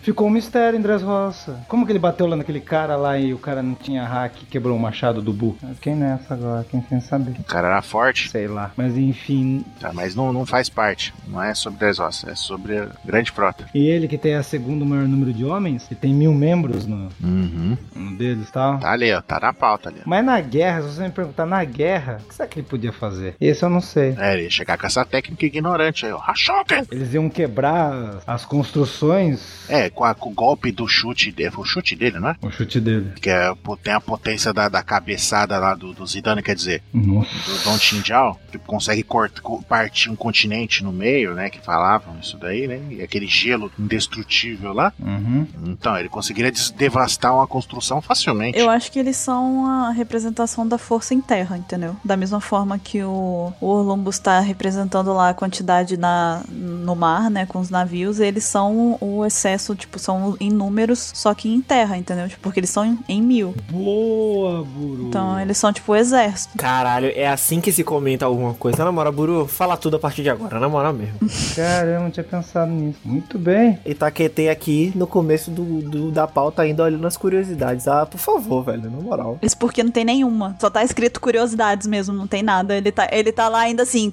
S5: Ficou um mistério em Dressrosa. Como que ele bateu lá naquele cara lá e o cara não tinha hack e quebrou o machado do Bu? Quem nessa agora? Quem sem saber?
S2: O cara era forte,
S5: Sei lá. Mas enfim.
S2: tá, mas não, não faz parte. Não é sobre Dressrosa, é sobre a Grande Frota.
S5: E ele que tem a segundo maior número de homens, que tem mil membros no,
S2: Uhum.
S5: no deles e tal.
S2: Tá ali, ó. Tá na pauta ali. ó.
S5: Mas na guerra, se você me perguntar na guerra, o que será que ele podia fazer? Esse eu não sei.
S2: É, ele ia chegar com essa técnica ignorante aí, ó. Hashoken!
S5: Eles iam quebrar as construções.
S2: É, com, a- com o golpe do chute dele. Foi o chute dele, não é?
S5: O chute dele.
S2: Que é, pô, tem a potência da, da cabeçada lá do, do Zidane, quer dizer,
S5: Nossa.
S2: do Don Tindial, que consegue cortar, co- partir um continente no meio, né? Que falavam isso daí, né? E aquele gelo indestrutível lá.
S5: Uhum.
S2: Então, ele conseguiria des- devastar uma construção facilmente.
S1: Eu acho que eles são a representação da força em terra, entendeu? Da mesma forma que o, o Orlumbus está representando lá a quantidade na, no mar, né, com os navios, eles são o excesso, tipo, são em números, só que em terra, entendeu? Tipo, porque eles são em, em mil.
S5: Boa, Buru.
S1: Então, eles são, tipo, o exército.
S4: Caralho, é assim que se comenta alguma coisa. Na moral, Buru, fala tudo a partir de agora, na moral mesmo.
S5: Cara, eu não tinha pensado nisso. Muito bem.
S4: E taquetei aqui no começo do, do- da pauta ainda olhando as curiosidades. Ah, por favor, velho, na moral.
S1: Isso porque não tem nenhuma. Só tá escrito curiosidades mesmo, não tem nada. Ele tá, ele tá lá ainda assim,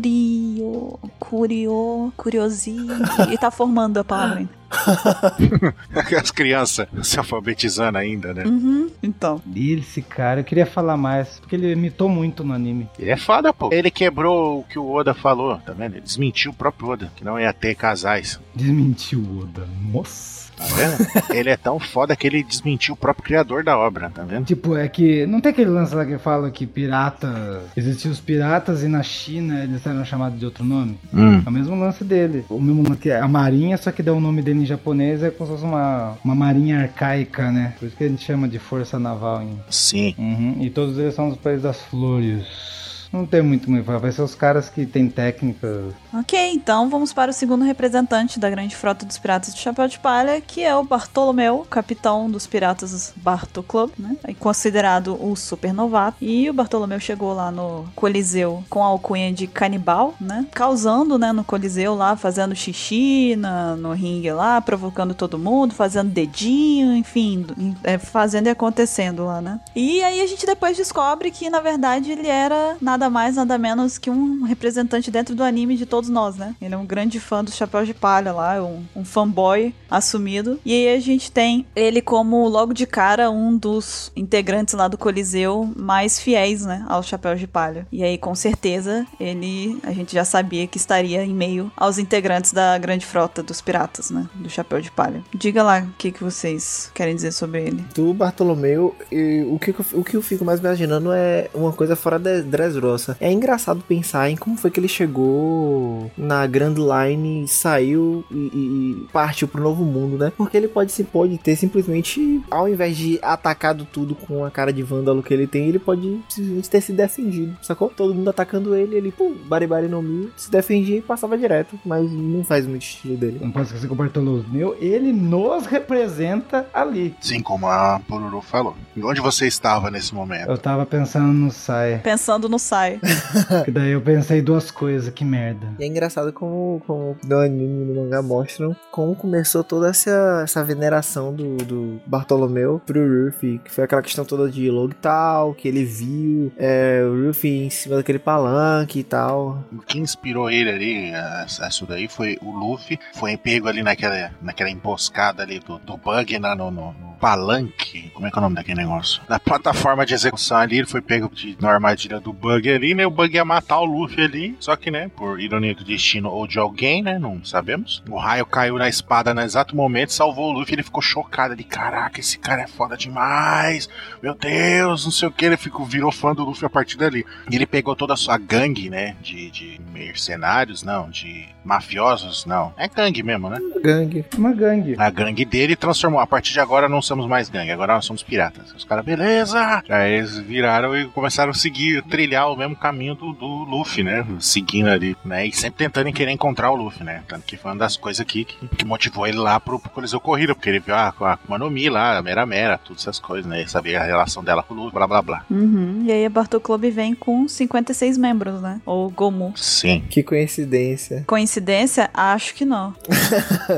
S1: curio, curio, curiosi. e tá formando a palavra ainda.
S2: As crianças se alfabetizando ainda, né?
S1: Uhum. Então.
S5: E esse cara, eu queria falar mais, porque ele imitou muito no anime.
S2: Ele é foda, pô. Ele quebrou o que o Oda falou, tá vendo? Ele desmentiu o próprio Oda, que não ia ter casais.
S5: Desmentiu o Oda. Nossa.
S2: Tá vendo? ele é tão foda que ele desmentiu o próprio criador da obra, tá vendo?
S5: Tipo, é que não tem aquele lance lá que fala que pirata. Existiam os piratas e na China eles eram chamados de outro nome? É o mesmo lance dele. O mesmo lance que é a marinha, só que dá o nome dele em japonês, é como se fosse uma, uma marinha arcaica, né? Por isso que a gente chama de força naval em.
S2: Sim.
S5: Uhum. E todos eles são dos países das flores. Não tem muito muito falar. Vai ser os caras que tem técnica.
S1: Ok, então vamos para o segundo representante da grande frota dos piratas de chapéu de palha, que é o Bartolomeu, capitão dos piratas Barto Club, né? E considerado o super novato. E o Bartolomeu chegou lá no Coliseu com a alcunha de canibal, né? Causando, né, no Coliseu lá, fazendo xixi na- no ringue lá, provocando todo mundo, fazendo dedinho, enfim, do- em- é, fazendo e acontecendo lá, né? E aí a gente depois descobre que, na verdade, ele era nada mais, nada menos que um representante dentro do anime de todos nós, né? Ele é um grande fã do Chapéu de Palha lá, um, um fanboy assumido. E aí a gente tem ele como, logo de cara, um dos integrantes lá do Coliseu mais fiéis, né, ao Chapéu de Palha. E aí, com certeza, ele, a gente já sabia que estaria em meio aos integrantes da grande frota dos piratas, né, do Chapéu de Palha. Diga lá o que, que vocês querem dizer sobre ele.
S4: Do Bartolomeu, e o, que, eu- o que eu fico mais imaginando é uma coisa fora da Dressrosa. É engraçado pensar em como foi que ele chegou na Grand Line, saiu e, e- e partiu pro novo mundo, né? Porque ele pode se pode ter simplesmente, ao invés de atacado tudo com a cara de vândalo que ele tem, ele pode simplesmente ter se defendido, sacou? Todo mundo atacando ele, ele, pum, baribari no Mi, se defendia e passava direto, mas não faz muito estilo dele.
S5: Não posso esquecer que o Bartolomeu, ele nos representa ali.
S2: Sim, como a Pururu falou. E onde você estava nesse momento?
S5: Eu tava pensando no Sai.
S1: Pensando no Sai.
S5: Que daí eu pensei duas coisas, que merda.
S4: E é engraçado como, como no anime e no mangá mostram como começou toda essa, essa veneração do, do Bartolomeu pro Ruffy, que foi aquela questão toda de log tal, que ele viu é, o Ruffy em cima daquele palanque e tal.
S2: O que inspirou ele ali, a, a isso daí, foi o Luffy. Foi pego ali naquela, naquela emboscada ali do, do bug lá no, no- no palanque. Como é que é o nome daquele negócio? Na plataforma de execução ali, ele foi pego de, na armadilha do bug ali, né? O bug ia matar o Luffy ali. Só que, né, por ironia do destino ou de alguém, né? Não sabemos. O raio caiu na espada no exato momento, salvou o Luffy. Ele ficou chocado ali. Caraca, esse cara é foda demais. Meu Deus, não sei o que. Ele ficou, virou fã do Luffy a partir dali. E ele pegou toda a sua gangue, né? De, de mercenários, não, de mafiosos, não. É gangue mesmo, né?
S4: Gangue.
S5: Uma gangue.
S2: A gangue dele transformou. A partir de agora não somos mais gangue, agora nós somos piratas. Os caras, beleza! Aí eles viraram e começaram a seguir, trilhar o mesmo caminho do, do Luffy, né? Seguindo ali, né? E sempre tentando em querer encontrar o Luffy, né? Tanto que foi uma das coisas que, que, que motivou ele lá pro, pro Coliseu Corrida, porque ele viu a, a Akuma no Mi lá, a Mera Mera, todas essas coisas, né? Ele sabia a relação dela com o Luffy, blá blá blá.
S1: Uhum. E aí a Bartô Club vem com 56 membros, né? Ou Gomu.
S2: Sim.
S4: Que coincidência.
S1: Coincidência? Acho que não.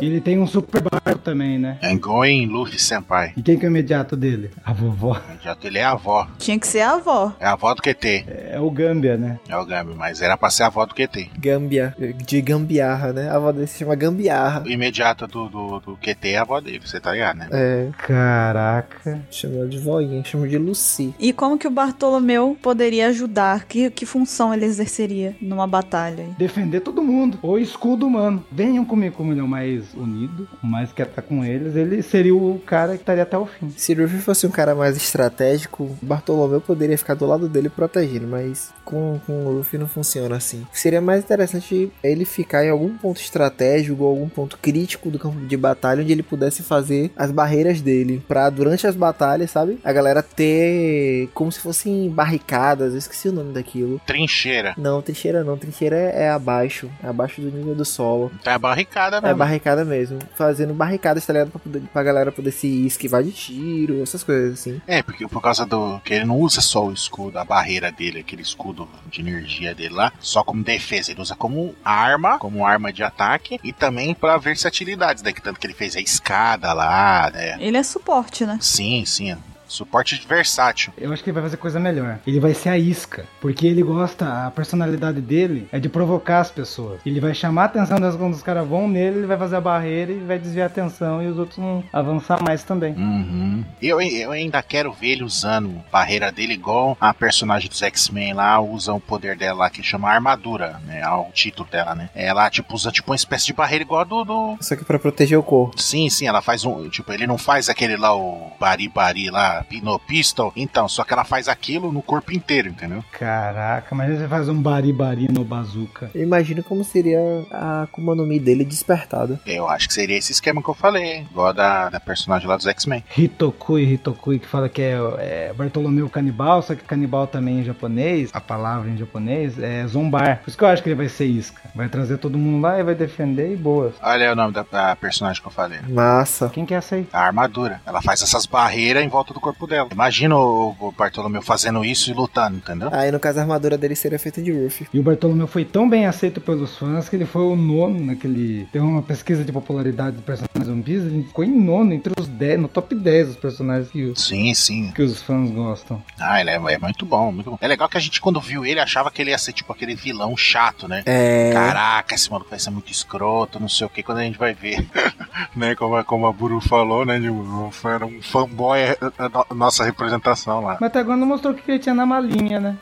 S5: E ele tem um super barco também, né?
S2: É Going Luffy Senpai.
S5: E quem que é o imediato dele? A vovó.
S2: Imediato, ele é a avó.
S1: Tinha que ser a avó.
S2: É a avó do QT.
S5: É o Gambia, né?
S2: É o Gambi, mas era pra ser a avó do QT.
S4: Gambia. De gambiarra, né? A avó dele se chama gambiarra.
S2: O imediato do, do, do QT é a avó dele, você tá ligado, né?
S4: É,
S5: Caraca.
S4: chama ela de voinha, chama de Lucy.
S1: E como que o Bartolomeu poderia ajudar? Que, que função ele exerceria numa batalha?
S5: Defender todo mundo. O escudo humano. Venham comigo, como ele é o mais unido, o mais que tá com eles. Ele seria o cara que estaria até o fim.
S4: Se o Ruffy fosse um cara mais estratégico, o Bartolomeu poderia ficar do lado dele protegendo, mas com, com o Ruffy não funciona assim. Seria mais interessante ele ficar em algum ponto estratégico, algum ponto crítico do campo de batalha, onde ele pudesse fazer as barreiras dele, pra durante as batalhas, sabe? A galera ter como se fossem barricadas, eu esqueci o nome daquilo.
S2: Trincheira.
S4: Não, trincheira não, trincheira é, é abaixo, é abaixo do nível do solo.
S2: Tá é barricada
S4: É
S2: mesmo.
S4: barricada mesmo, fazendo barricadas, tá ligado? Pra, poder- pra galera poder se esquivar de tiro, essas coisas assim.
S2: É, porque por causa do. que ele não usa só o escudo, a barreira dele, aquele escudo de energia dele lá, só como defesa. Ele usa como arma, como arma de ataque e também pra versatilidades, né? Que tanto que ele fez a escada lá, né?
S1: Ele é suporte, né?
S2: Sim, sim. Suporte versátil.
S5: Eu acho que ele vai fazer coisa melhor. Ele vai ser a isca. Porque ele gosta, a personalidade dele é de provocar as pessoas. Ele vai chamar a atenção das quando os caras vão nele, ele vai fazer a barreira e vai desviar a atenção e os outros vão avançar mais também.
S2: Uhum. Eu, eu ainda quero ver ele usando a barreira dele igual a personagem dos X-Men lá usa o poder dela lá, que chama armadura, né? É O título dela, né? Ela tipo usa tipo uma espécie de barreira igual a do, do-
S4: Só que pra proteger o corpo.
S2: Sim, sim, ela faz um. Tipo, ele não faz aquele lá, o bari-bari lá, Pino Pistol. Então, só que ela faz aquilo no corpo inteiro, entendeu?
S5: Caraca, mas você faz um bari-bari no bazuca.
S4: Eu imagino como seria a Akuma no Mi dele despertada.
S2: Eu acho que seria esse esquema que eu falei, igual a da, da personagem lá dos X-Men.
S5: Hitokui, Hitokui, que fala que é, é Bartolomeu Canibal, só que canibal também em japonês, a palavra em japonês é zombar. Por isso que eu acho que ele vai ser isca. Vai trazer todo mundo lá e vai defender e boas.
S2: Olha aí o nome da, da personagem que eu falei. né?
S4: Massa.
S5: Quem que é essa aí?
S2: A armadura. Ela faz essas barreiras em volta do corpo dela. Imagina o, o Bartolomeu fazendo isso e lutando, entendeu?
S4: Aí no caso a armadura dele seria feita de Ruffy.
S5: E o Bartolomeu foi tão bem aceito pelos fãs que ele foi o nono naquele. Teve uma pesquisa de popularidade de personagens zumbis, ele ficou em nono entre os 10, no top 10 dos personagens que, os-
S2: Sim, sim.
S5: que os fãs gostam.
S2: Ah, ele é, é muito bom, muito bom. É legal que a gente, quando viu ele, achava que ele ia ser tipo aquele vilão chato, né?
S4: É.
S2: Caraca, esse maluco vai ser muito escroto, não sei o que, quando a gente vai ver. né, como, a- como a Buru falou, né? de um- Era um fanboy é, é, é, nossa representação lá.
S5: Mas até agora não mostrou o que ele tinha na malinha, né?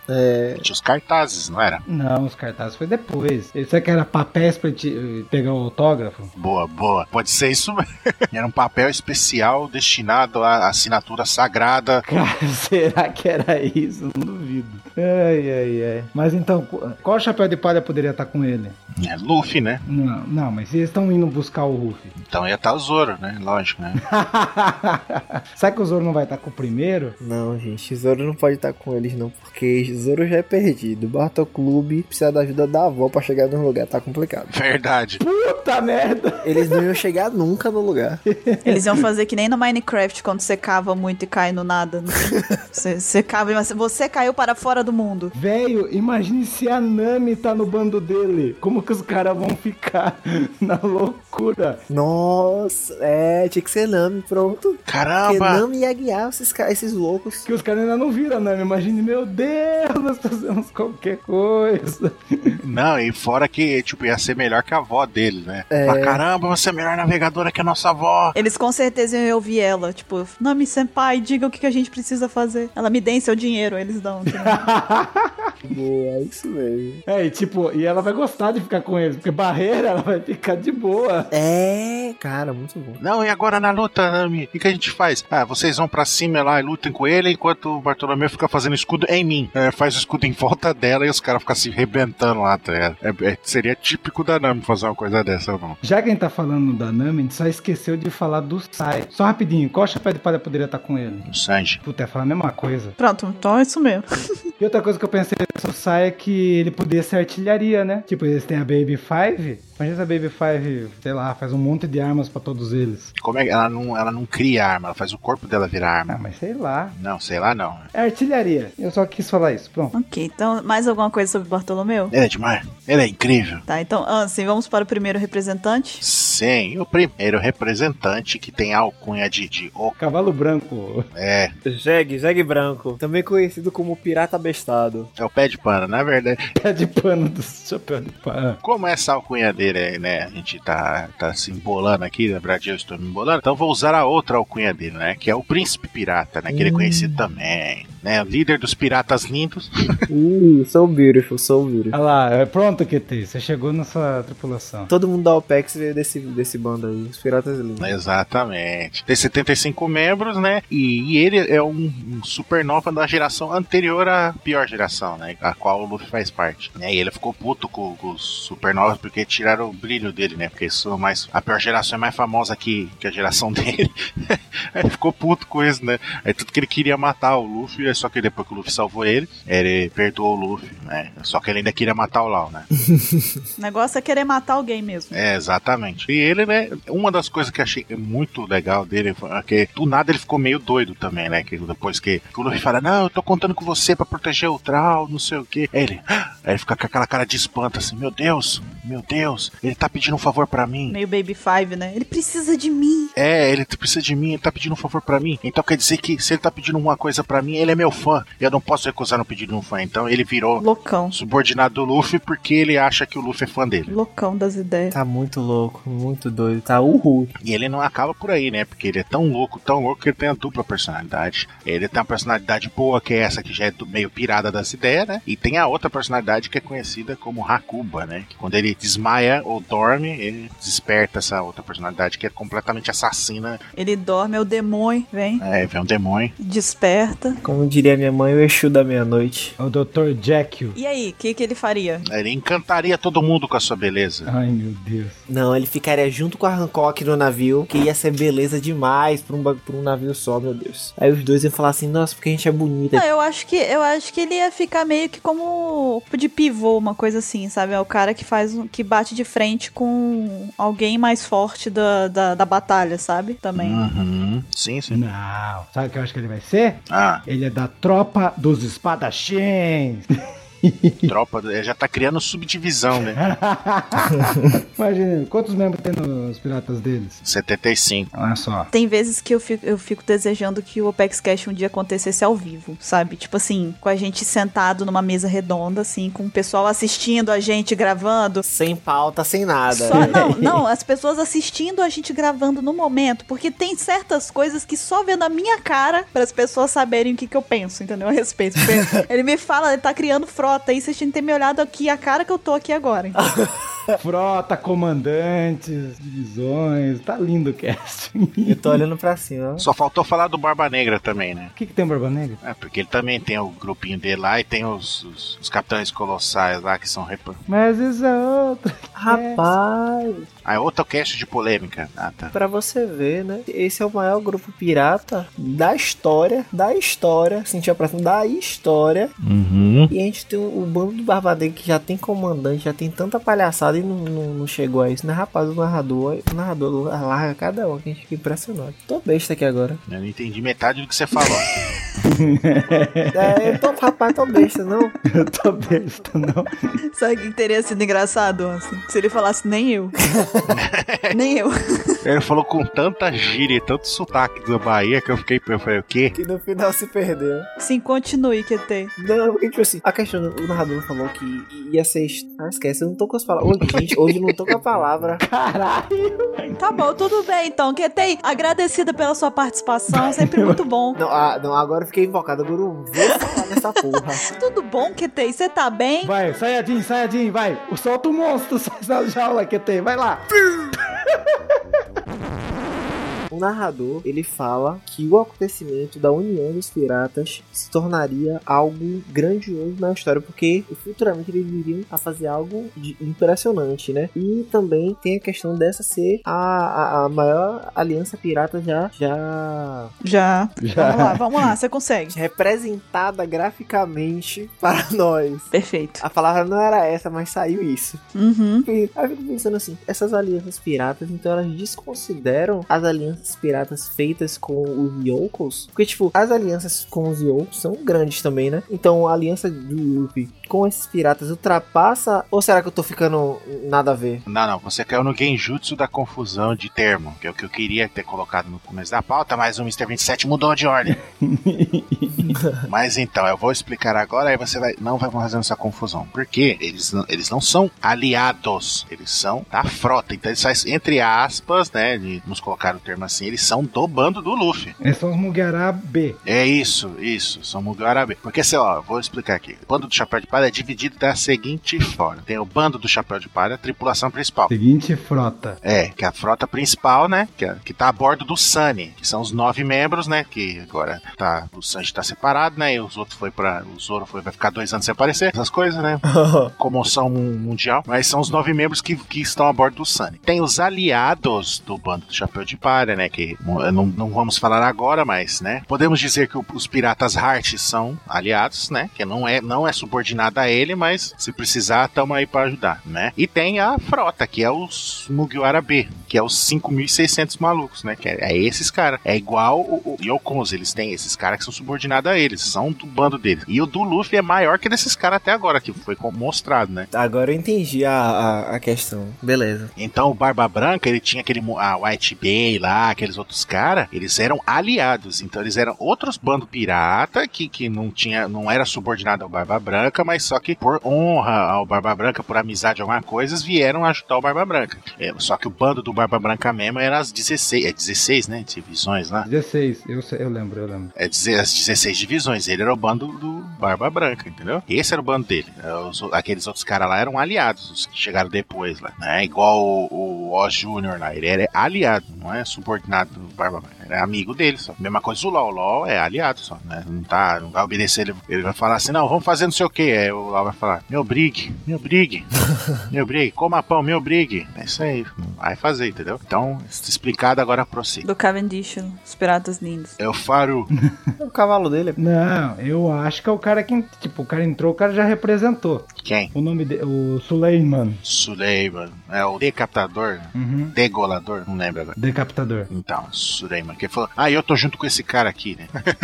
S2: Tinha os cartazes, não era?
S5: Não, os cartazes foi depois. Ele- Será que era papéis pra ele pegar o autógrafo?
S2: Boa, boa. Pode ser isso mesmo. Era um papel especial destinado à assinatura sagrada.
S5: Cara, será que era isso? Não duvido. Ai, ai, ai. Mas então, qu- qual chapéu de palha poderia estar com ele?
S2: É Luffy, né?
S5: Não, não, mas eles estão indo buscar o Ruffy.
S2: Então ia estar o Zoro, né? Lógico, né?
S5: Será que o Zoro não vai estar com o primeiro?
S4: Não, gente, Zoro não pode estar com eles, não, porque Zoro já é perdido. Bartol Clube precisa da ajuda da avó pra chegar no lugar, tá complicado.
S2: Verdade.
S5: Puta merda!
S4: Eles não iam chegar nunca no lugar.
S1: Eles iam fazer que nem no Minecraft, quando você cava muito e cai no nada. né? Você, você cava, mas você caiu para fora do mundo.
S5: Velho, imagine se a Nami tá no bando dele. Como que os caras vão ficar na loucura?
S4: Nossa, é, tinha que ser Nami, pronto. Porque
S2: Caramba!
S4: Nami ia guiar esses, ca- esses loucos.
S5: Que os caras ainda não viram a Nami. Imagine, meu Deus, nós fazemos qualquer coisa.
S2: Não, e fora que, tipo, ia ser melhor que a avó dele, né? Fala, caramba, você é melhor navegadora que a nossa avó.
S1: Eles com certeza iam ouvir ela. Tipo, Nami Senpai, diga o que que a gente precisa fazer. Ela me dê seu dinheiro, eles dão.
S4: Boa, é isso mesmo.
S5: É, e tipo, e ela vai gostar de ficar com eles, porque barreira ela vai ficar de boa.
S4: É, cara, muito bom.
S2: Não, e agora na luta, Nami? O que que a gente faz? Ah, vocês vão pra cima lá e lutem com ele, enquanto o Bartolomeu fica fazendo escudo em mim. É, faz o escudo em volta dela e os caras ficam se rebentando lá, tá ligado? É- é- seria típico da Nami fazer uma coisa dessa, não.
S5: Já que a gente tá falando da Nami, a gente só esqueceu de falar do Sai. Só rapidinho, qual chapéu de palha poderia estar com ele?
S2: O Sanji.
S5: Puta, ia falar a mesma coisa.
S1: Pronto, então é isso mesmo.
S5: E outra coisa que eu pensei do Sai é que ele poderia ser artilharia, né? Tipo, eles têm a Baby Five. Imagina se a Baby Five, sei lá, faz um monte de armas pra todos eles.
S2: Como é que ela não, ela não cria arma, ela faz o corpo dela virar arma.
S5: Ah, mas sei lá.
S2: Não, sei lá não.
S5: É artilharia. Eu só quis falar isso. Pronto.
S1: Ok, então mais alguma coisa sobre Bartolomeu?
S2: Ele é demais. Ele é incrível.
S1: Tá, então, Ansem, vamos para o primeiro representante.
S2: Sim, o primeiro representante que tem a alcunha de, de O.
S5: Cavalo branco.
S2: É,
S3: Jegue, jegue branco.
S4: Também conhecido como Pirata Bestado.
S2: é o pé de pano, na verdade.
S5: Pé é de pano do chapéu de pano.
S2: Como essa alcunha dele, é, né? A gente tá, tá se embolando aqui, na verdade eu estou me embolando. Então vou usar a outra alcunha dele, né? Que é o Príncipe Pirata, né? Que ele é conhecido também. Né, líder dos piratas lindos.
S4: Uh, so beautiful, so beautiful.
S5: Olha lá, é pronto, QT. Você chegou na sua tripulação.
S4: Todo mundo da OPEX veio desse, desse bando aí, os Piratas Lindos.
S2: Exatamente. Tem 75 membros, né? E, e ele é um, um supernova da geração anterior à pior geração, né? A qual o Luffy faz parte. Né? E ele ficou puto com, com os supernovas porque tiraram o brilho dele, né? Porque isso é mais, a pior geração é mais famosa que, que a geração dele. Aí ele ficou puto com isso, né? Aí tudo que ele queria matar o Luffy, é só que depois que o Luffy salvou ele, ele perdoou o Luffy, né? Só que ele ainda queria matar o Lau, né?
S1: O negócio é querer matar alguém mesmo.
S2: É, exatamente. E ele, né, uma das coisas que eu achei muito legal dele foi que do nada ele ficou meio doido também, né? Que depois que, que o Luffy fala, não, eu tô contando com você pra proteger o Trau, não sei o quê. Aí ele, "Ah!" aí ele fica com aquela cara de espanto, assim, meu Deus, meu Deus, ele tá pedindo um favor pra mim.
S1: Meio Baby Five, né? Ele precisa de mim.
S2: É, ele precisa de mim, ele tá pedindo um favor pra mim. Então quer dizer que se ele tá pedindo uma coisa pra mim, ele é meu fã. Eu não posso recusar um pedido de um fã. Então ele virou
S1: Loucão.
S2: subordinado do Luffy porque ele acha que o Luffy é fã dele.
S1: Loucão das ideias.
S4: Tá muito louco, muito doido. Tá uhul.
S2: E ele não acaba por aí, né? Porque ele é tão louco, tão louco que ele tem a dupla personalidade. Ele tem uma personalidade boa, que é essa que já é do- meio pirada das ideias, né? E tem a outra personalidade que é conhecida como Hakuba, né? Que quando ele desmaia ou dorme, ele desperta essa outra personalidade que é completamente assassina.
S1: Ele dorme, é o demônio, vem,
S2: É, vem um demônio.
S1: desperta.
S4: Como diria minha mãe, o Exu da meia-noite.
S5: É o Dr. Jekyll.
S1: E aí, o que, que ele faria?
S2: Ele encantaria todo mundo com a sua beleza.
S5: Ai, meu Deus.
S4: Não, ele ficaria junto com a Hancock no navio, que ia ser beleza demais pra um, ba- pra um navio só, meu Deus. Aí os dois iam falar assim, nossa, porque a gente é bonita.
S1: Não, eu acho que eu acho que ele ia ficar meio que como tipo de pivô, uma coisa assim, sabe? É o cara que faz um- que bate de frente com alguém mais forte da, da, da batalha, sabe? Também.
S2: Uhum. Sim, sim.
S5: Não. Sabe o que eu acho que ele vai ser?
S2: Ah,
S5: Ele é da tropa dos espadachins.
S2: tropa. ele Já tá criando subdivisão, né?
S5: Imagina, quantos membros tem nos piratas deles?
S2: 75.
S5: Olha só.
S1: Tem vezes que eu fico, eu fico desejando que o Opex Cash um dia acontecesse ao vivo, sabe? Tipo assim, com a gente sentado numa mesa redonda, assim, com o pessoal assistindo a gente gravando.
S4: Sem pauta, sem nada.
S1: Só, não, não, as pessoas assistindo a gente gravando no momento, porque tem certas coisas que só vendo a minha cara para as pessoas saberem o que, que eu penso, entendeu? A respeito. Porque ele me fala, ele tá criando frota, aí vocês tinham que ter me olhado aqui, a cara que eu tô aqui agora. entendeu?
S5: Frota, comandantes, divisões. Tá lindo o cast.
S4: Eu tô olhando pra cima.
S2: Só faltou falar do Barba Negra também, né?
S5: O que, que tem Barba Negra?
S2: É, porque ele também tem o grupinho dele lá e tem os, os, os capitães colossais lá que são. Rep...
S5: Mas isso é outro.
S4: Rapaz,
S2: Ah, é outro cast de polêmica. Ah, tá.
S4: pra você ver, né? Esse é o maior grupo pirata da história, da história, sentiu a próxima da história.
S2: Uhum.
S4: E a gente tem o bando do Barbadeiro que já tem comandante, já tem tanta palhaçada e não, não- não chegou a isso, né? Rapaz, o narrador, o narrador larga cada um, que a gente fica impressionado. Tô besta aqui agora.
S2: Eu não entendi metade do que você falou.
S4: É, eu tô, rapaz, tô besta, não.
S5: Eu tô besta, não.
S1: Sabe o que teria sido engraçado, assim? Se ele falasse, nem eu. nem eu.
S2: ele falou com tanta gíria e tanto sotaque da Bahia que eu fiquei. Eu falei, o quê?
S4: Que no final se perdeu.
S1: Sim, continue, QT.
S4: Não, porque, tipo assim, a questão, o narrador falou que ia ser. est- Ah, esquece, eu não tô com as palavras. Hoje, gente, hoje eu não tô com a palavra.
S1: Tá bom, tudo bem então. QT, agradecida pela sua participação, sempre muito bom.
S4: Não, ah, não agora eu fiquei invocado, agora eu vou falar nessa porra.
S1: Tá Tudo bom, QT? Você tá bem?
S5: Vai, Sayajin, Sayajin, vai. Solta o monstro, sai da jaula que tem. Vai lá.
S4: O narrador, ele fala que o acontecimento da união dos piratas se tornaria algo grandioso na história, porque futuramente eles viriam a fazer algo de- impressionante, né? E também tem a questão dessa ser a, a, a maior aliança pirata já, já
S1: Já. Vamos lá, vamos lá, você consegue.
S4: representada graficamente para nós.
S1: Perfeito.
S4: A palavra não era essa, mas saiu isso.
S1: Uhum.
S4: Aí eu fico pensando assim, essas alianças piratas, então elas desconsideram as alianças piratas feitas com os Yokos? Porque, tipo, as alianças com os Yokos são grandes também, né? Então a aliança do Yuffie com esses piratas ultrapassa... Ou será que eu tô ficando nada a ver?
S2: Não, não, você caiu no genjutsu da confusão de termo, que é o que eu queria ter colocado no começo da pauta, mas o Mr. 27 mudou de ordem. mas então, eu vou explicar agora, aí você vai, não vai fazendo essa confusão. Porque eles, não- eles não são aliados, eles são da frota. Então, eles faz, entre aspas, né? de- Vamos colocar o termo assim, eles são do bando do Luffy.
S5: Eles são os É um Mugiará B.
S2: É isso, isso, são Mugarabê. Porque, sei lá, vou explicar aqui. O bando do Chapéu de Palha é dividido da seguinte forma: tem o bando do Chapéu de Palha, a tripulação principal.
S5: Seguinte frota.
S2: É, que é a frota principal, né? Que, é, que tá a bordo do Sunny, que são os nove membros, né? Que agora tá. O Sanji tá separado, né? E os outros foi pra. O Zoro foi, vai ficar dois anos sem aparecer, essas coisas, né? Comoção mu- mundial. Mas são os nove membros que, que estão a bordo do Sunny. Tem os aliados do bando do Chapéu de Palha, né? Que mo- não, não vamos falar agora, mas, né? Podemos dizer que o- os piratas Heart são aliados, né? Que não é, não é subordinado a ele, mas se precisar, tamo aí pra ajudar, né? E tem a frota, que é os Mugiwara B, que é os 5.600 malucos, né? Que é, é esses caras. É igual o, o Yokons, eles têm esses caras que são subordinados a eles, são do bando deles. E o do Luffy é maior que desses caras até agora, que foi com- mostrado, né?
S4: Agora eu entendi a, a, a questão. Beleza.
S2: Então o Barba Branca, ele tinha aquele mo- a White Bay lá, aqueles outros caras, eles eram aliados. Então eles eram outros bandos pirata que, que não tinha, não era subordinado ao Barba Branca, mas só que por honra ao Barba Branca, por amizade alguma coisa, eles vieram ajudar o Barba Branca. É, só que o bando do Barba Branca mesmo era as 16, é 16, né? Divisões lá.
S5: 16, eu, sei- eu lembro, eu lembro.
S2: É dizer, as 16 divisões. Ele era o bando do Barba Branca, entendeu? Esse era o bando dele. É, os- aqueles outros caras lá eram aliados, os que chegaram depois lá. Né? Igual o, o Oz Júnior lá. Ele era aliado, não é subordinado do Barba Branca. Era amigo dele só. Mesma coisa o LOL. O LOL é aliado só, né? Não, tá, não vai obedecer. Ele, ele vai falar assim: não, vamos fazer não sei o que. Aí o LOL vai falar: meu brigue, meu brigue. Meu brigue, coma pão, meu brigue. É isso aí. Vai fazer, entendeu? Então, explicado agora pra você.
S1: Do Cavendish, os Piratas Lindos.
S2: É o Faro.
S4: O cavalo dele é
S5: Não, eu acho que é o cara que. Tipo, o cara entrou, o cara já representou.
S2: Quem?
S5: O nome dele. O Suleiman.
S2: Suleiman. É o decapitador, né?
S5: Uhum.
S2: degolador, não lembro agora.
S5: Decapitador.
S2: Então, Suleiman, que ele falou, ah, eu tô junto com esse cara aqui, né?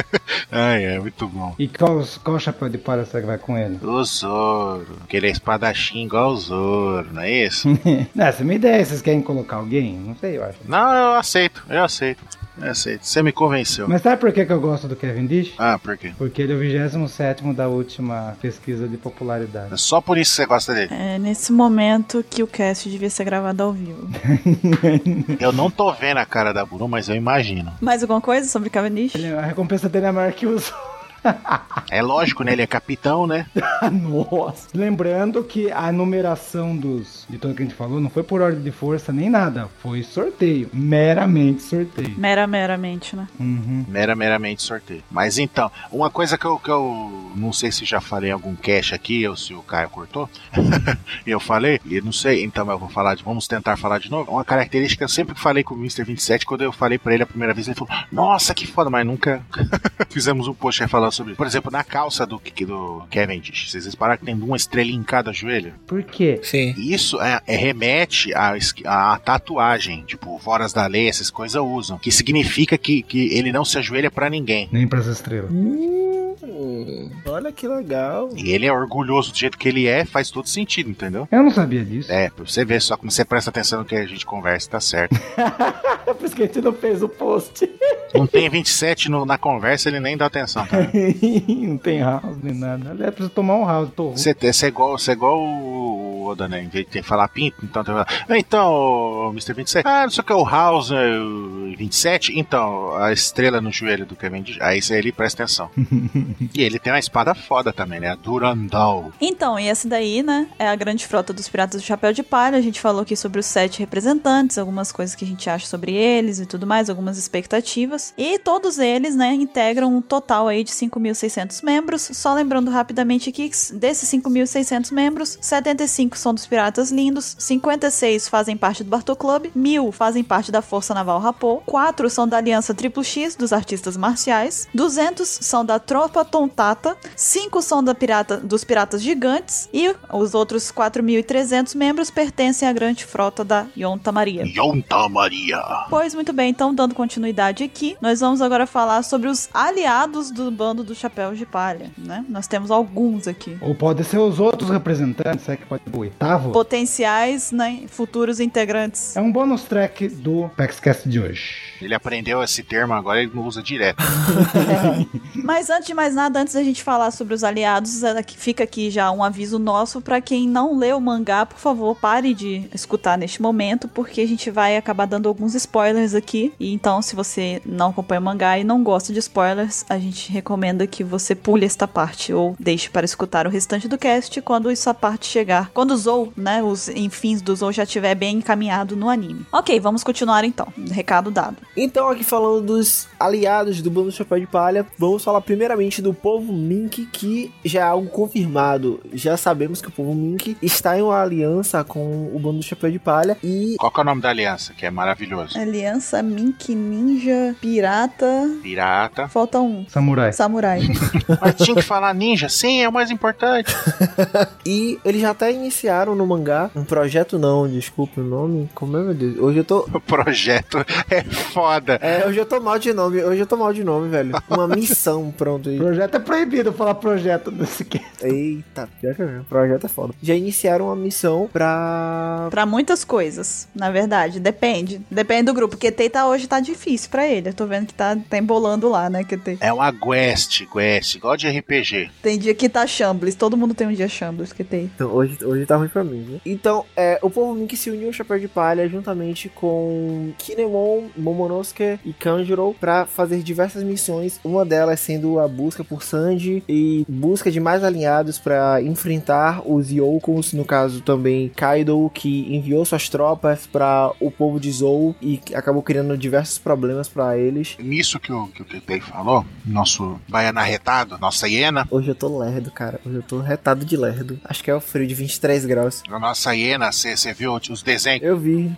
S2: Ai, é muito bom.
S5: E qual, qual chapéu de palha será que vai com ele?
S2: O Zoro, que ele é espadachim igual o Zoro, não é isso?
S5: Essa é minha ideia, vocês querem colocar alguém? Não sei, eu acho.
S2: não, eu aceito, eu aceito, eu aceito. Você me convenceu.
S5: Mas sabe por que, que eu gosto do Kevin Dish?
S2: Ah, por quê?
S5: Porque ele é o 27 da última pesquisa de popularidade.
S2: É Só por isso que você gosta dele.
S1: É nesse momento que o cast devia ser gravado ao vivo.
S2: Eu não tô vendo a cara da Buru, mas eu imagino.
S1: Mais alguma coisa sobre Cavendish?
S5: Ele- a recompensa dele é maior que os.
S2: É lógico, né? Ele é capitão, né?
S5: Ah, Nossa! Lembrando que a numeração dos. de tudo que a gente falou não foi por ordem de força nem nada. Foi sorteio. Meramente sorteio.
S1: Mera, meramente, né?
S5: Uhum.
S2: Mera, meramente sorteio. Mas então, uma coisa que eu, que eu não sei se já falei em algum cash aqui, ou se o Caio cortou, eu falei, e não sei, então eu vou falar de, vamos tentar falar de novo. Uma característica que eu sempre falei com o Mr. 27, quando eu falei pra ele a primeira vez, ele falou, nossa, que foda, mas nunca fizemos um post aí falando sobre isso. Por exemplo, na calça do, do Kevin, vocês repararam que tem uma estrelinha em cada joelho?
S5: Por quê?
S4: Sim.
S2: Isso é, é- remete à, esqui- à tatuagem, tipo, foras da lei, essas coisas usam. Que significa que, que ele não se ajoelha pra ninguém.
S5: Nem pras estrelas.
S4: olha que legal.
S2: E ele é orgulhoso do jeito que ele é, faz todo sentido, entendeu?
S5: Eu não sabia disso.
S2: É, pra você ver só como você presta atenção no que a gente conversa, tá certo.
S4: É por isso que a gente não fez o post.
S2: Não tem 27 no- na conversa, ele nem dá atenção, tá?
S5: não tem house nem nada. Aliás, preciso tomar um house. Tô ruim.
S2: Você você é igual, você é igual o Oda, né? Em vez de ter que falar pinto, então tem que falar, "Ah, Então, ô, Mr. 27. Ah, não sei o que, o House é o 27. Então, a estrela no joelho do Kevin Dish. Aí você ele presta atenção. e ele tem uma espada foda também, né? A Durandal.
S1: Então, e essa daí, né, é a grande frota dos piratas do Chapéu de Palha. A gente falou aqui sobre os sete representantes, algumas coisas que a gente acha sobre eles e tudo mais, algumas expectativas. E todos eles, né, integram um total aí de 5.600 membros. Só lembrando rapidamente que desses 5.600 membros, 75 são dos piratas lindos, 56 fazem parte do Bartô Club, 1.000 fazem parte da Força Naval Rapô, 4 são da Aliança Triplo X, dos artistas marciais, 200 são da Tropa Tontata, 5 são da pirata, dos Piratas Gigantes e os outros 4.300 membros pertencem à grande frota da Yonta Maria.
S2: Yonta Maria.
S1: Pois muito bem, então dando continuidade aqui, nós vamos agora falar sobre os aliados do bando do Chapéu de Palha, né? Nós temos alguns aqui.
S5: Ou pode ser os outros representantes, será que pode ser o oitavo?
S1: Potenciais, né? Futuros integrantes.
S5: É um bônus track do PaxCast de hoje.
S2: Ele aprendeu esse termo agora, ele não usa direto.
S1: Mas antes de mais nada, antes da gente falar sobre os aliados, é que fica aqui já um aviso nosso pra quem não leu o mangá, por favor, pare de escutar neste momento, porque a gente vai acabar dando alguns spoilers aqui. E então, se você não acompanha o mangá e não gosta de spoilers, a gente recomenda que você pule esta parte ou deixe para escutar o restante do cast quando essa parte chegar. Quando o Zou, né, os enfins do Zou já estiver bem encaminhado no anime. OK, vamos continuar então. Recado dado.
S4: Então, aqui falando dos aliados do Bando Chapéu de Palha, vamos falar primeiramente do povo Mink, que já é algo confirmado. Já sabemos que o povo Mink está em uma aliança com o Bando Chapéu de Palha e
S2: Qual que é o nome da aliança? Que é maravilhoso.
S1: Aliança Mink Ninja Pirata
S2: Pirata.
S1: Falta um.
S5: Samurai.
S1: Samurai.
S2: Mas tinha que falar ninja, sim, é o mais importante.
S4: E eles já até inici- anunciaram no mangá um projeto, não, desculpa o nome. Como é, meu Deus? Hoje eu tô.
S2: O projeto é foda.
S4: É, hoje eu tô mal de nome, hoje eu tô mal de nome, velho. Uma missão, pronto. e-
S5: Projeto é proibido falar projeto nesse cast.
S4: Eita, pior que é mesmo. Projeto é foda. Já iniciaram uma missão pra.
S1: Pra muitas coisas, na verdade. Depende. Depende do grupo. QT tá, hoje tá difícil pra ele. Eu tô vendo que tá, tá embolando lá, né, QT?
S2: É uma quest, quest, igual de RPG.
S1: Tem dia que tá Shambles. Todo mundo tem um dia Shambles, QT.
S4: Então, hoje, hoje tá ruim pra mim, né? Então, é, o povo Mink se uniu ao Chapéu de Palha juntamente com Kinemon, Momonosuke e Kanjuro pra fazer diversas missões. Uma delas sendo a busca por Sanji e busca de mais alinhados pra enfrentar os Youkos, no caso também Kaido, que enviou suas tropas pra o povo de Zou e acabou criando diversos problemas pra eles.
S2: Nisso que o que o Tetei falou, nosso baiano arretado, nossa hiena,
S4: Hoje eu tô lerdo, cara. Hoje eu tô retado de lerdo. Acho que é o frio de 23 graus.
S2: a nossa hiena, você viu os desenhos?
S4: Eu vi.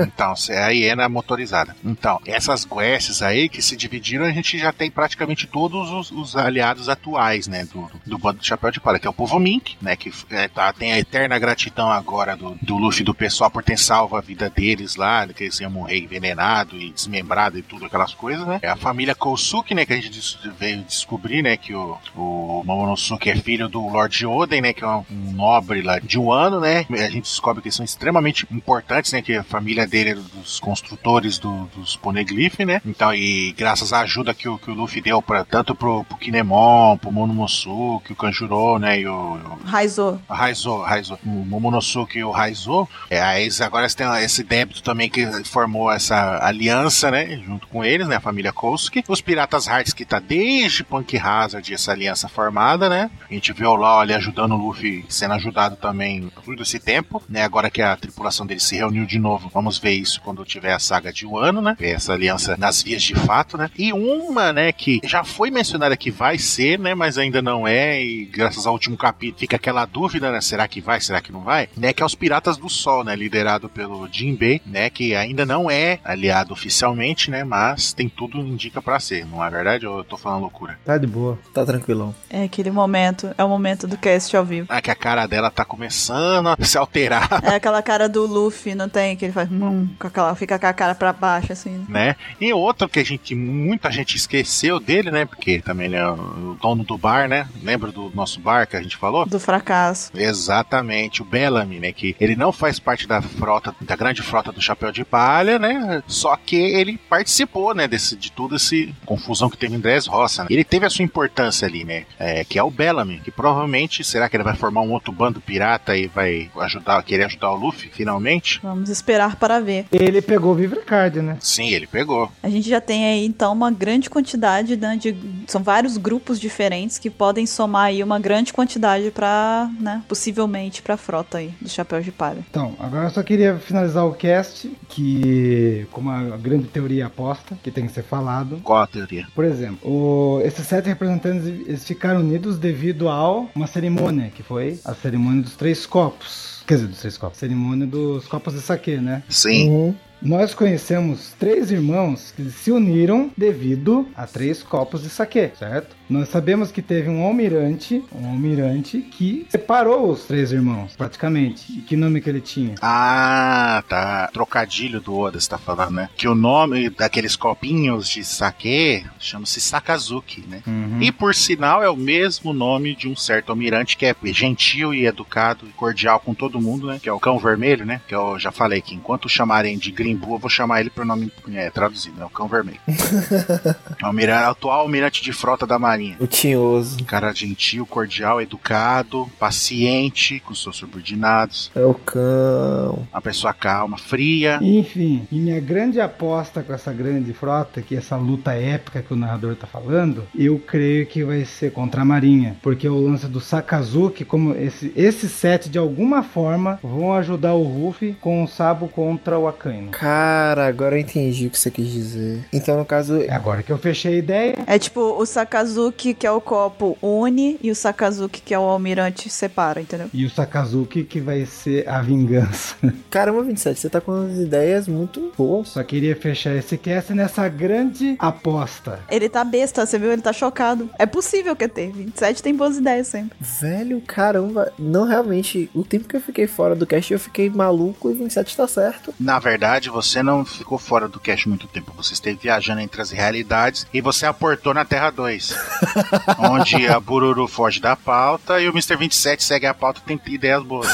S2: Então, cê- a hiena motorizada. Então, essas quests aí que se dividiram, a gente já tem praticamente todos os, os aliados atuais, né? Do, do, do bando do Chapéu de Palha, que é o povo Mink, né? Que é, tá- tem a eterna gratidão agora do, do Luffy e do pessoal por ter salvo a vida deles lá, que eles iam morrer envenenado e desmembrado e tudo aquelas coisas, né? É a família Kousuke, né? Que a gente des- veio descobrir, né? Que o, o Momonosuke é filho do Lord Oden, né? Que é um, um nobre lá de um ano, né? A gente descobre que eles são extremamente importantes, né? Que a família dele é dos construtores do- dos Poneglyph, né? Então, e graças à ajuda que o, que o Luffy deu pra, tanto pro, pro Kinemon, pro Momonosuke, o Kanjuro, né? E o, o
S1: Raizou.
S2: Raizo, Raizo, o Momonosuke e o Raizo, é, aí eles agora têm esse débito também que formou essa aliança, né, junto com eles, né, a família Kousuke. Os Piratas Hearts que tá desde Punk Hazard essa aliança formada, né, a gente vê o Law ali ajudando o Luffy, sendo ajudado também por todo esse tempo, né, agora que a tripulação dele se reuniu de novo, vamos ver isso quando tiver a saga de Wano, né, ver essa aliança nas vias de fato, né, e uma, né, que já foi mencionada que vai ser, né, mas ainda não é, e graças ao último capítulo fica aquela dúvida, né, será que vai, será que não vai, né, que é os Piratas do Sol, né, liderado pelo Jinbei, né, que ainda não é aliado oficialmente, né, mas tem tudo indica pra ser, não é verdade? Ou eu tô falando loucura?
S5: Tá de boa.
S4: Tá tranquilão.
S1: É aquele momento. É o momento do cast ao vivo.
S2: Ah, que a cara dela tá começando a se alterar,
S1: É aquela cara do Luffy, não tem? Que ele faz. Hum, com aquela, fica com a cara pra baixo, assim. né?
S2: né? E outro que a gente, muita gente esqueceu dele, né? Porque também ele é o dono do bar, né? Lembra do nosso bar que a gente falou?
S1: Do fracasso.
S2: Exatamente, o Bellamy, né? Que ele não faz parte da frota, da grande frota do Chapéu de Palha, né? Só que ele participou, né? Desse, de toda essa confusão que teve em Dres Roça. Né? Ele teve a sua importância ali, né? É, que é o Bellamy, que provavelmente, será que ele vai formar um outro bando pirata e vai ajudar, querer ajudar o Luffy, finalmente?
S1: Vamos esperar para ver.
S5: Ele pegou o Vivre Card, né?
S2: Sim, ele pegou.
S1: A gente já tem aí, então, uma grande quantidade né, de. São vários grupos diferentes que podem somar aí uma grande quantidade pra, né? Possivelmente pra frota aí do Chapéu de Palha.
S5: Então, agora eu só queria finalizar o cast, que com uma grande teoria aposta, que tem que ser falado.
S2: Qual a teoria?
S5: Por exemplo, o- esses sete representantes eles ficaram unidos devido a uma cerimônia, que foi a cerimônia dos três copos. Quer dizer, dos três copos. Cerimônia dos copos de saque, né?
S2: Sim.
S5: Nós conhecemos três irmãos que se uniram devido a três copos de saque, certo? Nós sabemos que teve um almirante, um almirante que separou os três irmãos, praticamente. E que nome que ele tinha?
S2: Ah, tá. Trocadilho do Oda, você tá falando, né? Que o nome daqueles copinhos de saque chama-se Sakazuki, né? E por sinal é o mesmo nome de um certo almirante que é gentil e educado e cordial com todo mundo, né? Que é o Cão Vermelho, né? Que eu já falei que enquanto chamarem de Grimbu, eu vou chamar ele pro nome é, traduzido, né? O Cão Vermelho. É Almirante, atual almirante de frota da Marinha.
S4: O tinhoso.
S2: Um cara gentil, cordial, educado, paciente com seus subordinados,
S4: É o cão.
S2: uma pessoa calma, fria,
S5: Enfim, e minha grande aposta com essa grande frota, que essa luta épica que o narrador tá falando, eu creio que vai ser contra a Marinha. Porque o lance do Sakazuki, como esse, esse set de alguma forma, vão ajudar o Ruffy com o Sabo contra o Akainu.
S4: Cara, agora eu entendi o que você quis dizer. Então, no caso,
S5: É agora que eu fechei a ideia.
S1: É tipo, o Sakazuki, que é o copo, une, e o Sakazuki, que é o almirante, separa, entendeu?
S5: E o Sakazuki que vai ser a vingança.
S4: caramba, 27, você tá com umas ideias muito boas.
S5: Só queria fechar esse cast nessa grande aposta.
S1: Ele tá besta, você viu? Ele tá chocado. É possível que ter. 27 tem boas ideias sempre.
S4: Velho, caramba, não realmente. O tempo que eu fiquei fora do cast, eu fiquei maluco e 27 tá certo.
S2: Na verdade, você não ficou fora do cast muito tempo. Você esteve viajando entre as realidades e você aportou na Terra 2. onde a Bururu foge da pauta e o Mr. 27 segue a pauta e tem ideias boas.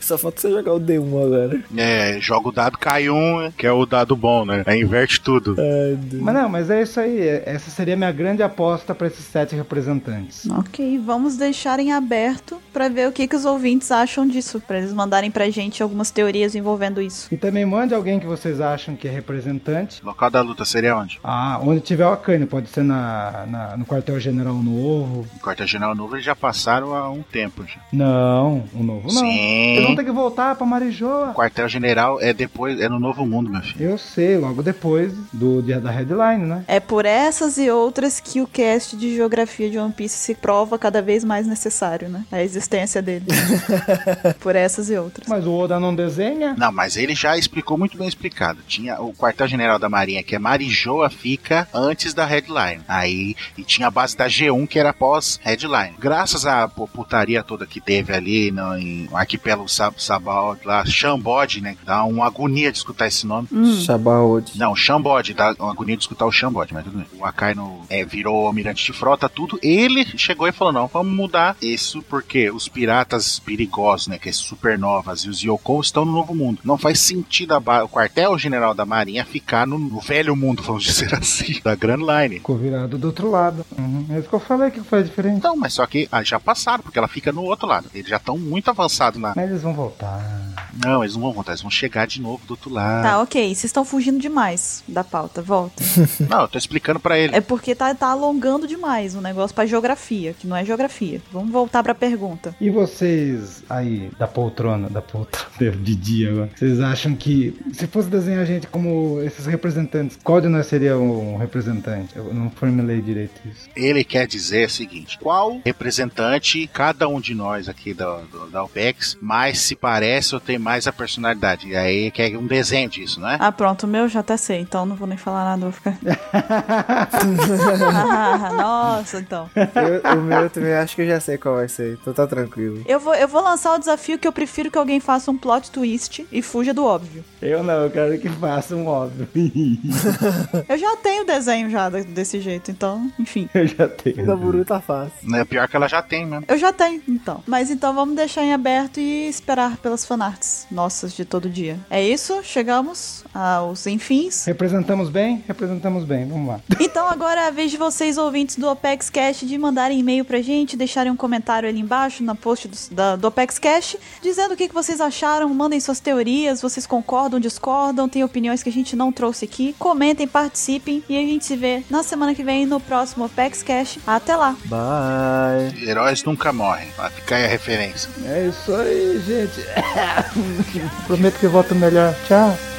S4: Só falta você jogar o D1 agora.
S2: É, joga o dado K1, que é o dado bom, né? Aí inverte tudo.
S4: Ai, Deus.
S5: Mas não, mas é isso aí. Essa seria a minha grande aposta para esses sete representantes.
S1: Ok, vamos deixar em aberto pra ver o que, que os ouvintes acham disso, pra eles mandarem pra gente algumas teorias envolvendo isso.
S5: E também mande alguém que vocês acham que é representante.
S2: Local da luta seria onde?
S5: Ah, onde tiver o Akane, pode ser na, na- no quartel general novo.
S2: O quartel-general novo eles já passaram há um tempo já.
S5: Não, o novo não.
S2: Sim.
S5: Eles vão ter que voltar pra Marijoa.
S2: Quartel-general é depois, é no Novo Mundo, meu filho.
S5: Eu sei, logo depois do dia da headline, né?
S1: É por essas e outras que o cast de geografia de One Piece se prova cada vez mais necessário, né? A existência dele. por essas e outras.
S5: Mas o Oda não desenha?
S2: Não, mas ele já explicou muito bem explicado. Tinha o quartel-general da Marinha, que é Marijoa, fica antes da headline. Aí, e tinha a base da G1, que era pós-headline. Graças à pu- putaria toda que teve ali no, em no arquipélago Sab Sabal, lá, Xambode, né? Dá uma agonia de escutar esse nome.
S4: Shabaod.
S2: Não, Xambode, dá tá? uma agonia de escutar o Xambode, mas tudo bem. O Akaino é, virou almirante de frota, tudo. Ele chegou e falou: não, vamos mudar isso porque os piratas perigosos, né, que é supernovas e os Yoko estão no novo mundo. Não faz sentido a ba- o quartel-general da Marinha ficar no, no velho mundo, vamos dizer assim, da Grand Line.
S5: Ficou virado do outro lado. Uhum. É isso que eu falei que faz diferente.
S2: Então, mas só que ah, já passaram, porque ela fica no outro lado. Eles já estão muito avançados na.
S5: Mas eles vão voltar.
S2: Não, eles não vão voltar, eles vão chegar de novo do outro lado.
S1: Tá, ok. Vocês estão fugindo demais da pauta. Volta.
S2: Não, eu tô explicando pra ele.
S1: É porque tá, tá alongando demais o negócio pra geografia, que não é geografia. Vamos voltar pra pergunta.
S5: E vocês aí, da poltrona, da poltrona de dia agora, vocês acham que se fosse desenhar a gente como esses representantes, qual de nós seria um representante? Eu não formulei direito isso.
S2: Ele quer dizer o seguinte: qual representante cada um de nós aqui da, do- da OPEX mais se parece ou tem mais a personalidade? E aí quer um desenho disso, né?
S1: Ah, pronto, o meu já até sei, então não vou nem falar nada, vou ficar. Ah, Nossa, então.
S4: Eu- o meu eu também acho que eu já sei qual vai ser, então tá tranquilo.
S1: Eu vou, eu vou lançar o desafio que eu prefiro que alguém faça um plot twist e fuja do óbvio.
S5: Eu não, eu quero que faça um óbvio.
S1: Eu já tenho desenho já de- desse jeito, então, enfim.
S5: eu já
S4: O
S5: tenho.
S4: da Buru tá fácil.
S2: É pior que ela já tem, né?
S1: Eu já tenho, então. Mas então vamos deixar em aberto e esperar pelas fanarts nossas de todo dia. É isso, chegamos aos enfins.
S5: Representamos bem? Representamos bem, vamos lá.
S1: Então agora é a vez de vocês, ouvintes do Opex Cash, de mandarem e-mail pra gente, deixarem um comentário ali embaixo na post do, da, do Opex Cash, dizendo o que, que vocês acharam, mandem suas teorias, vocês concordam, discordam, tem opiniões que a gente não trouxe aqui. Comentem, participem e a gente se vê na semana que vem no próximo Opex Cash. Até lá!
S4: Bye.
S2: Heróis nunca morrem. Vai ficar aí a referência.
S5: É isso aí, gente. Prometo que eu volto melhor. Tchau.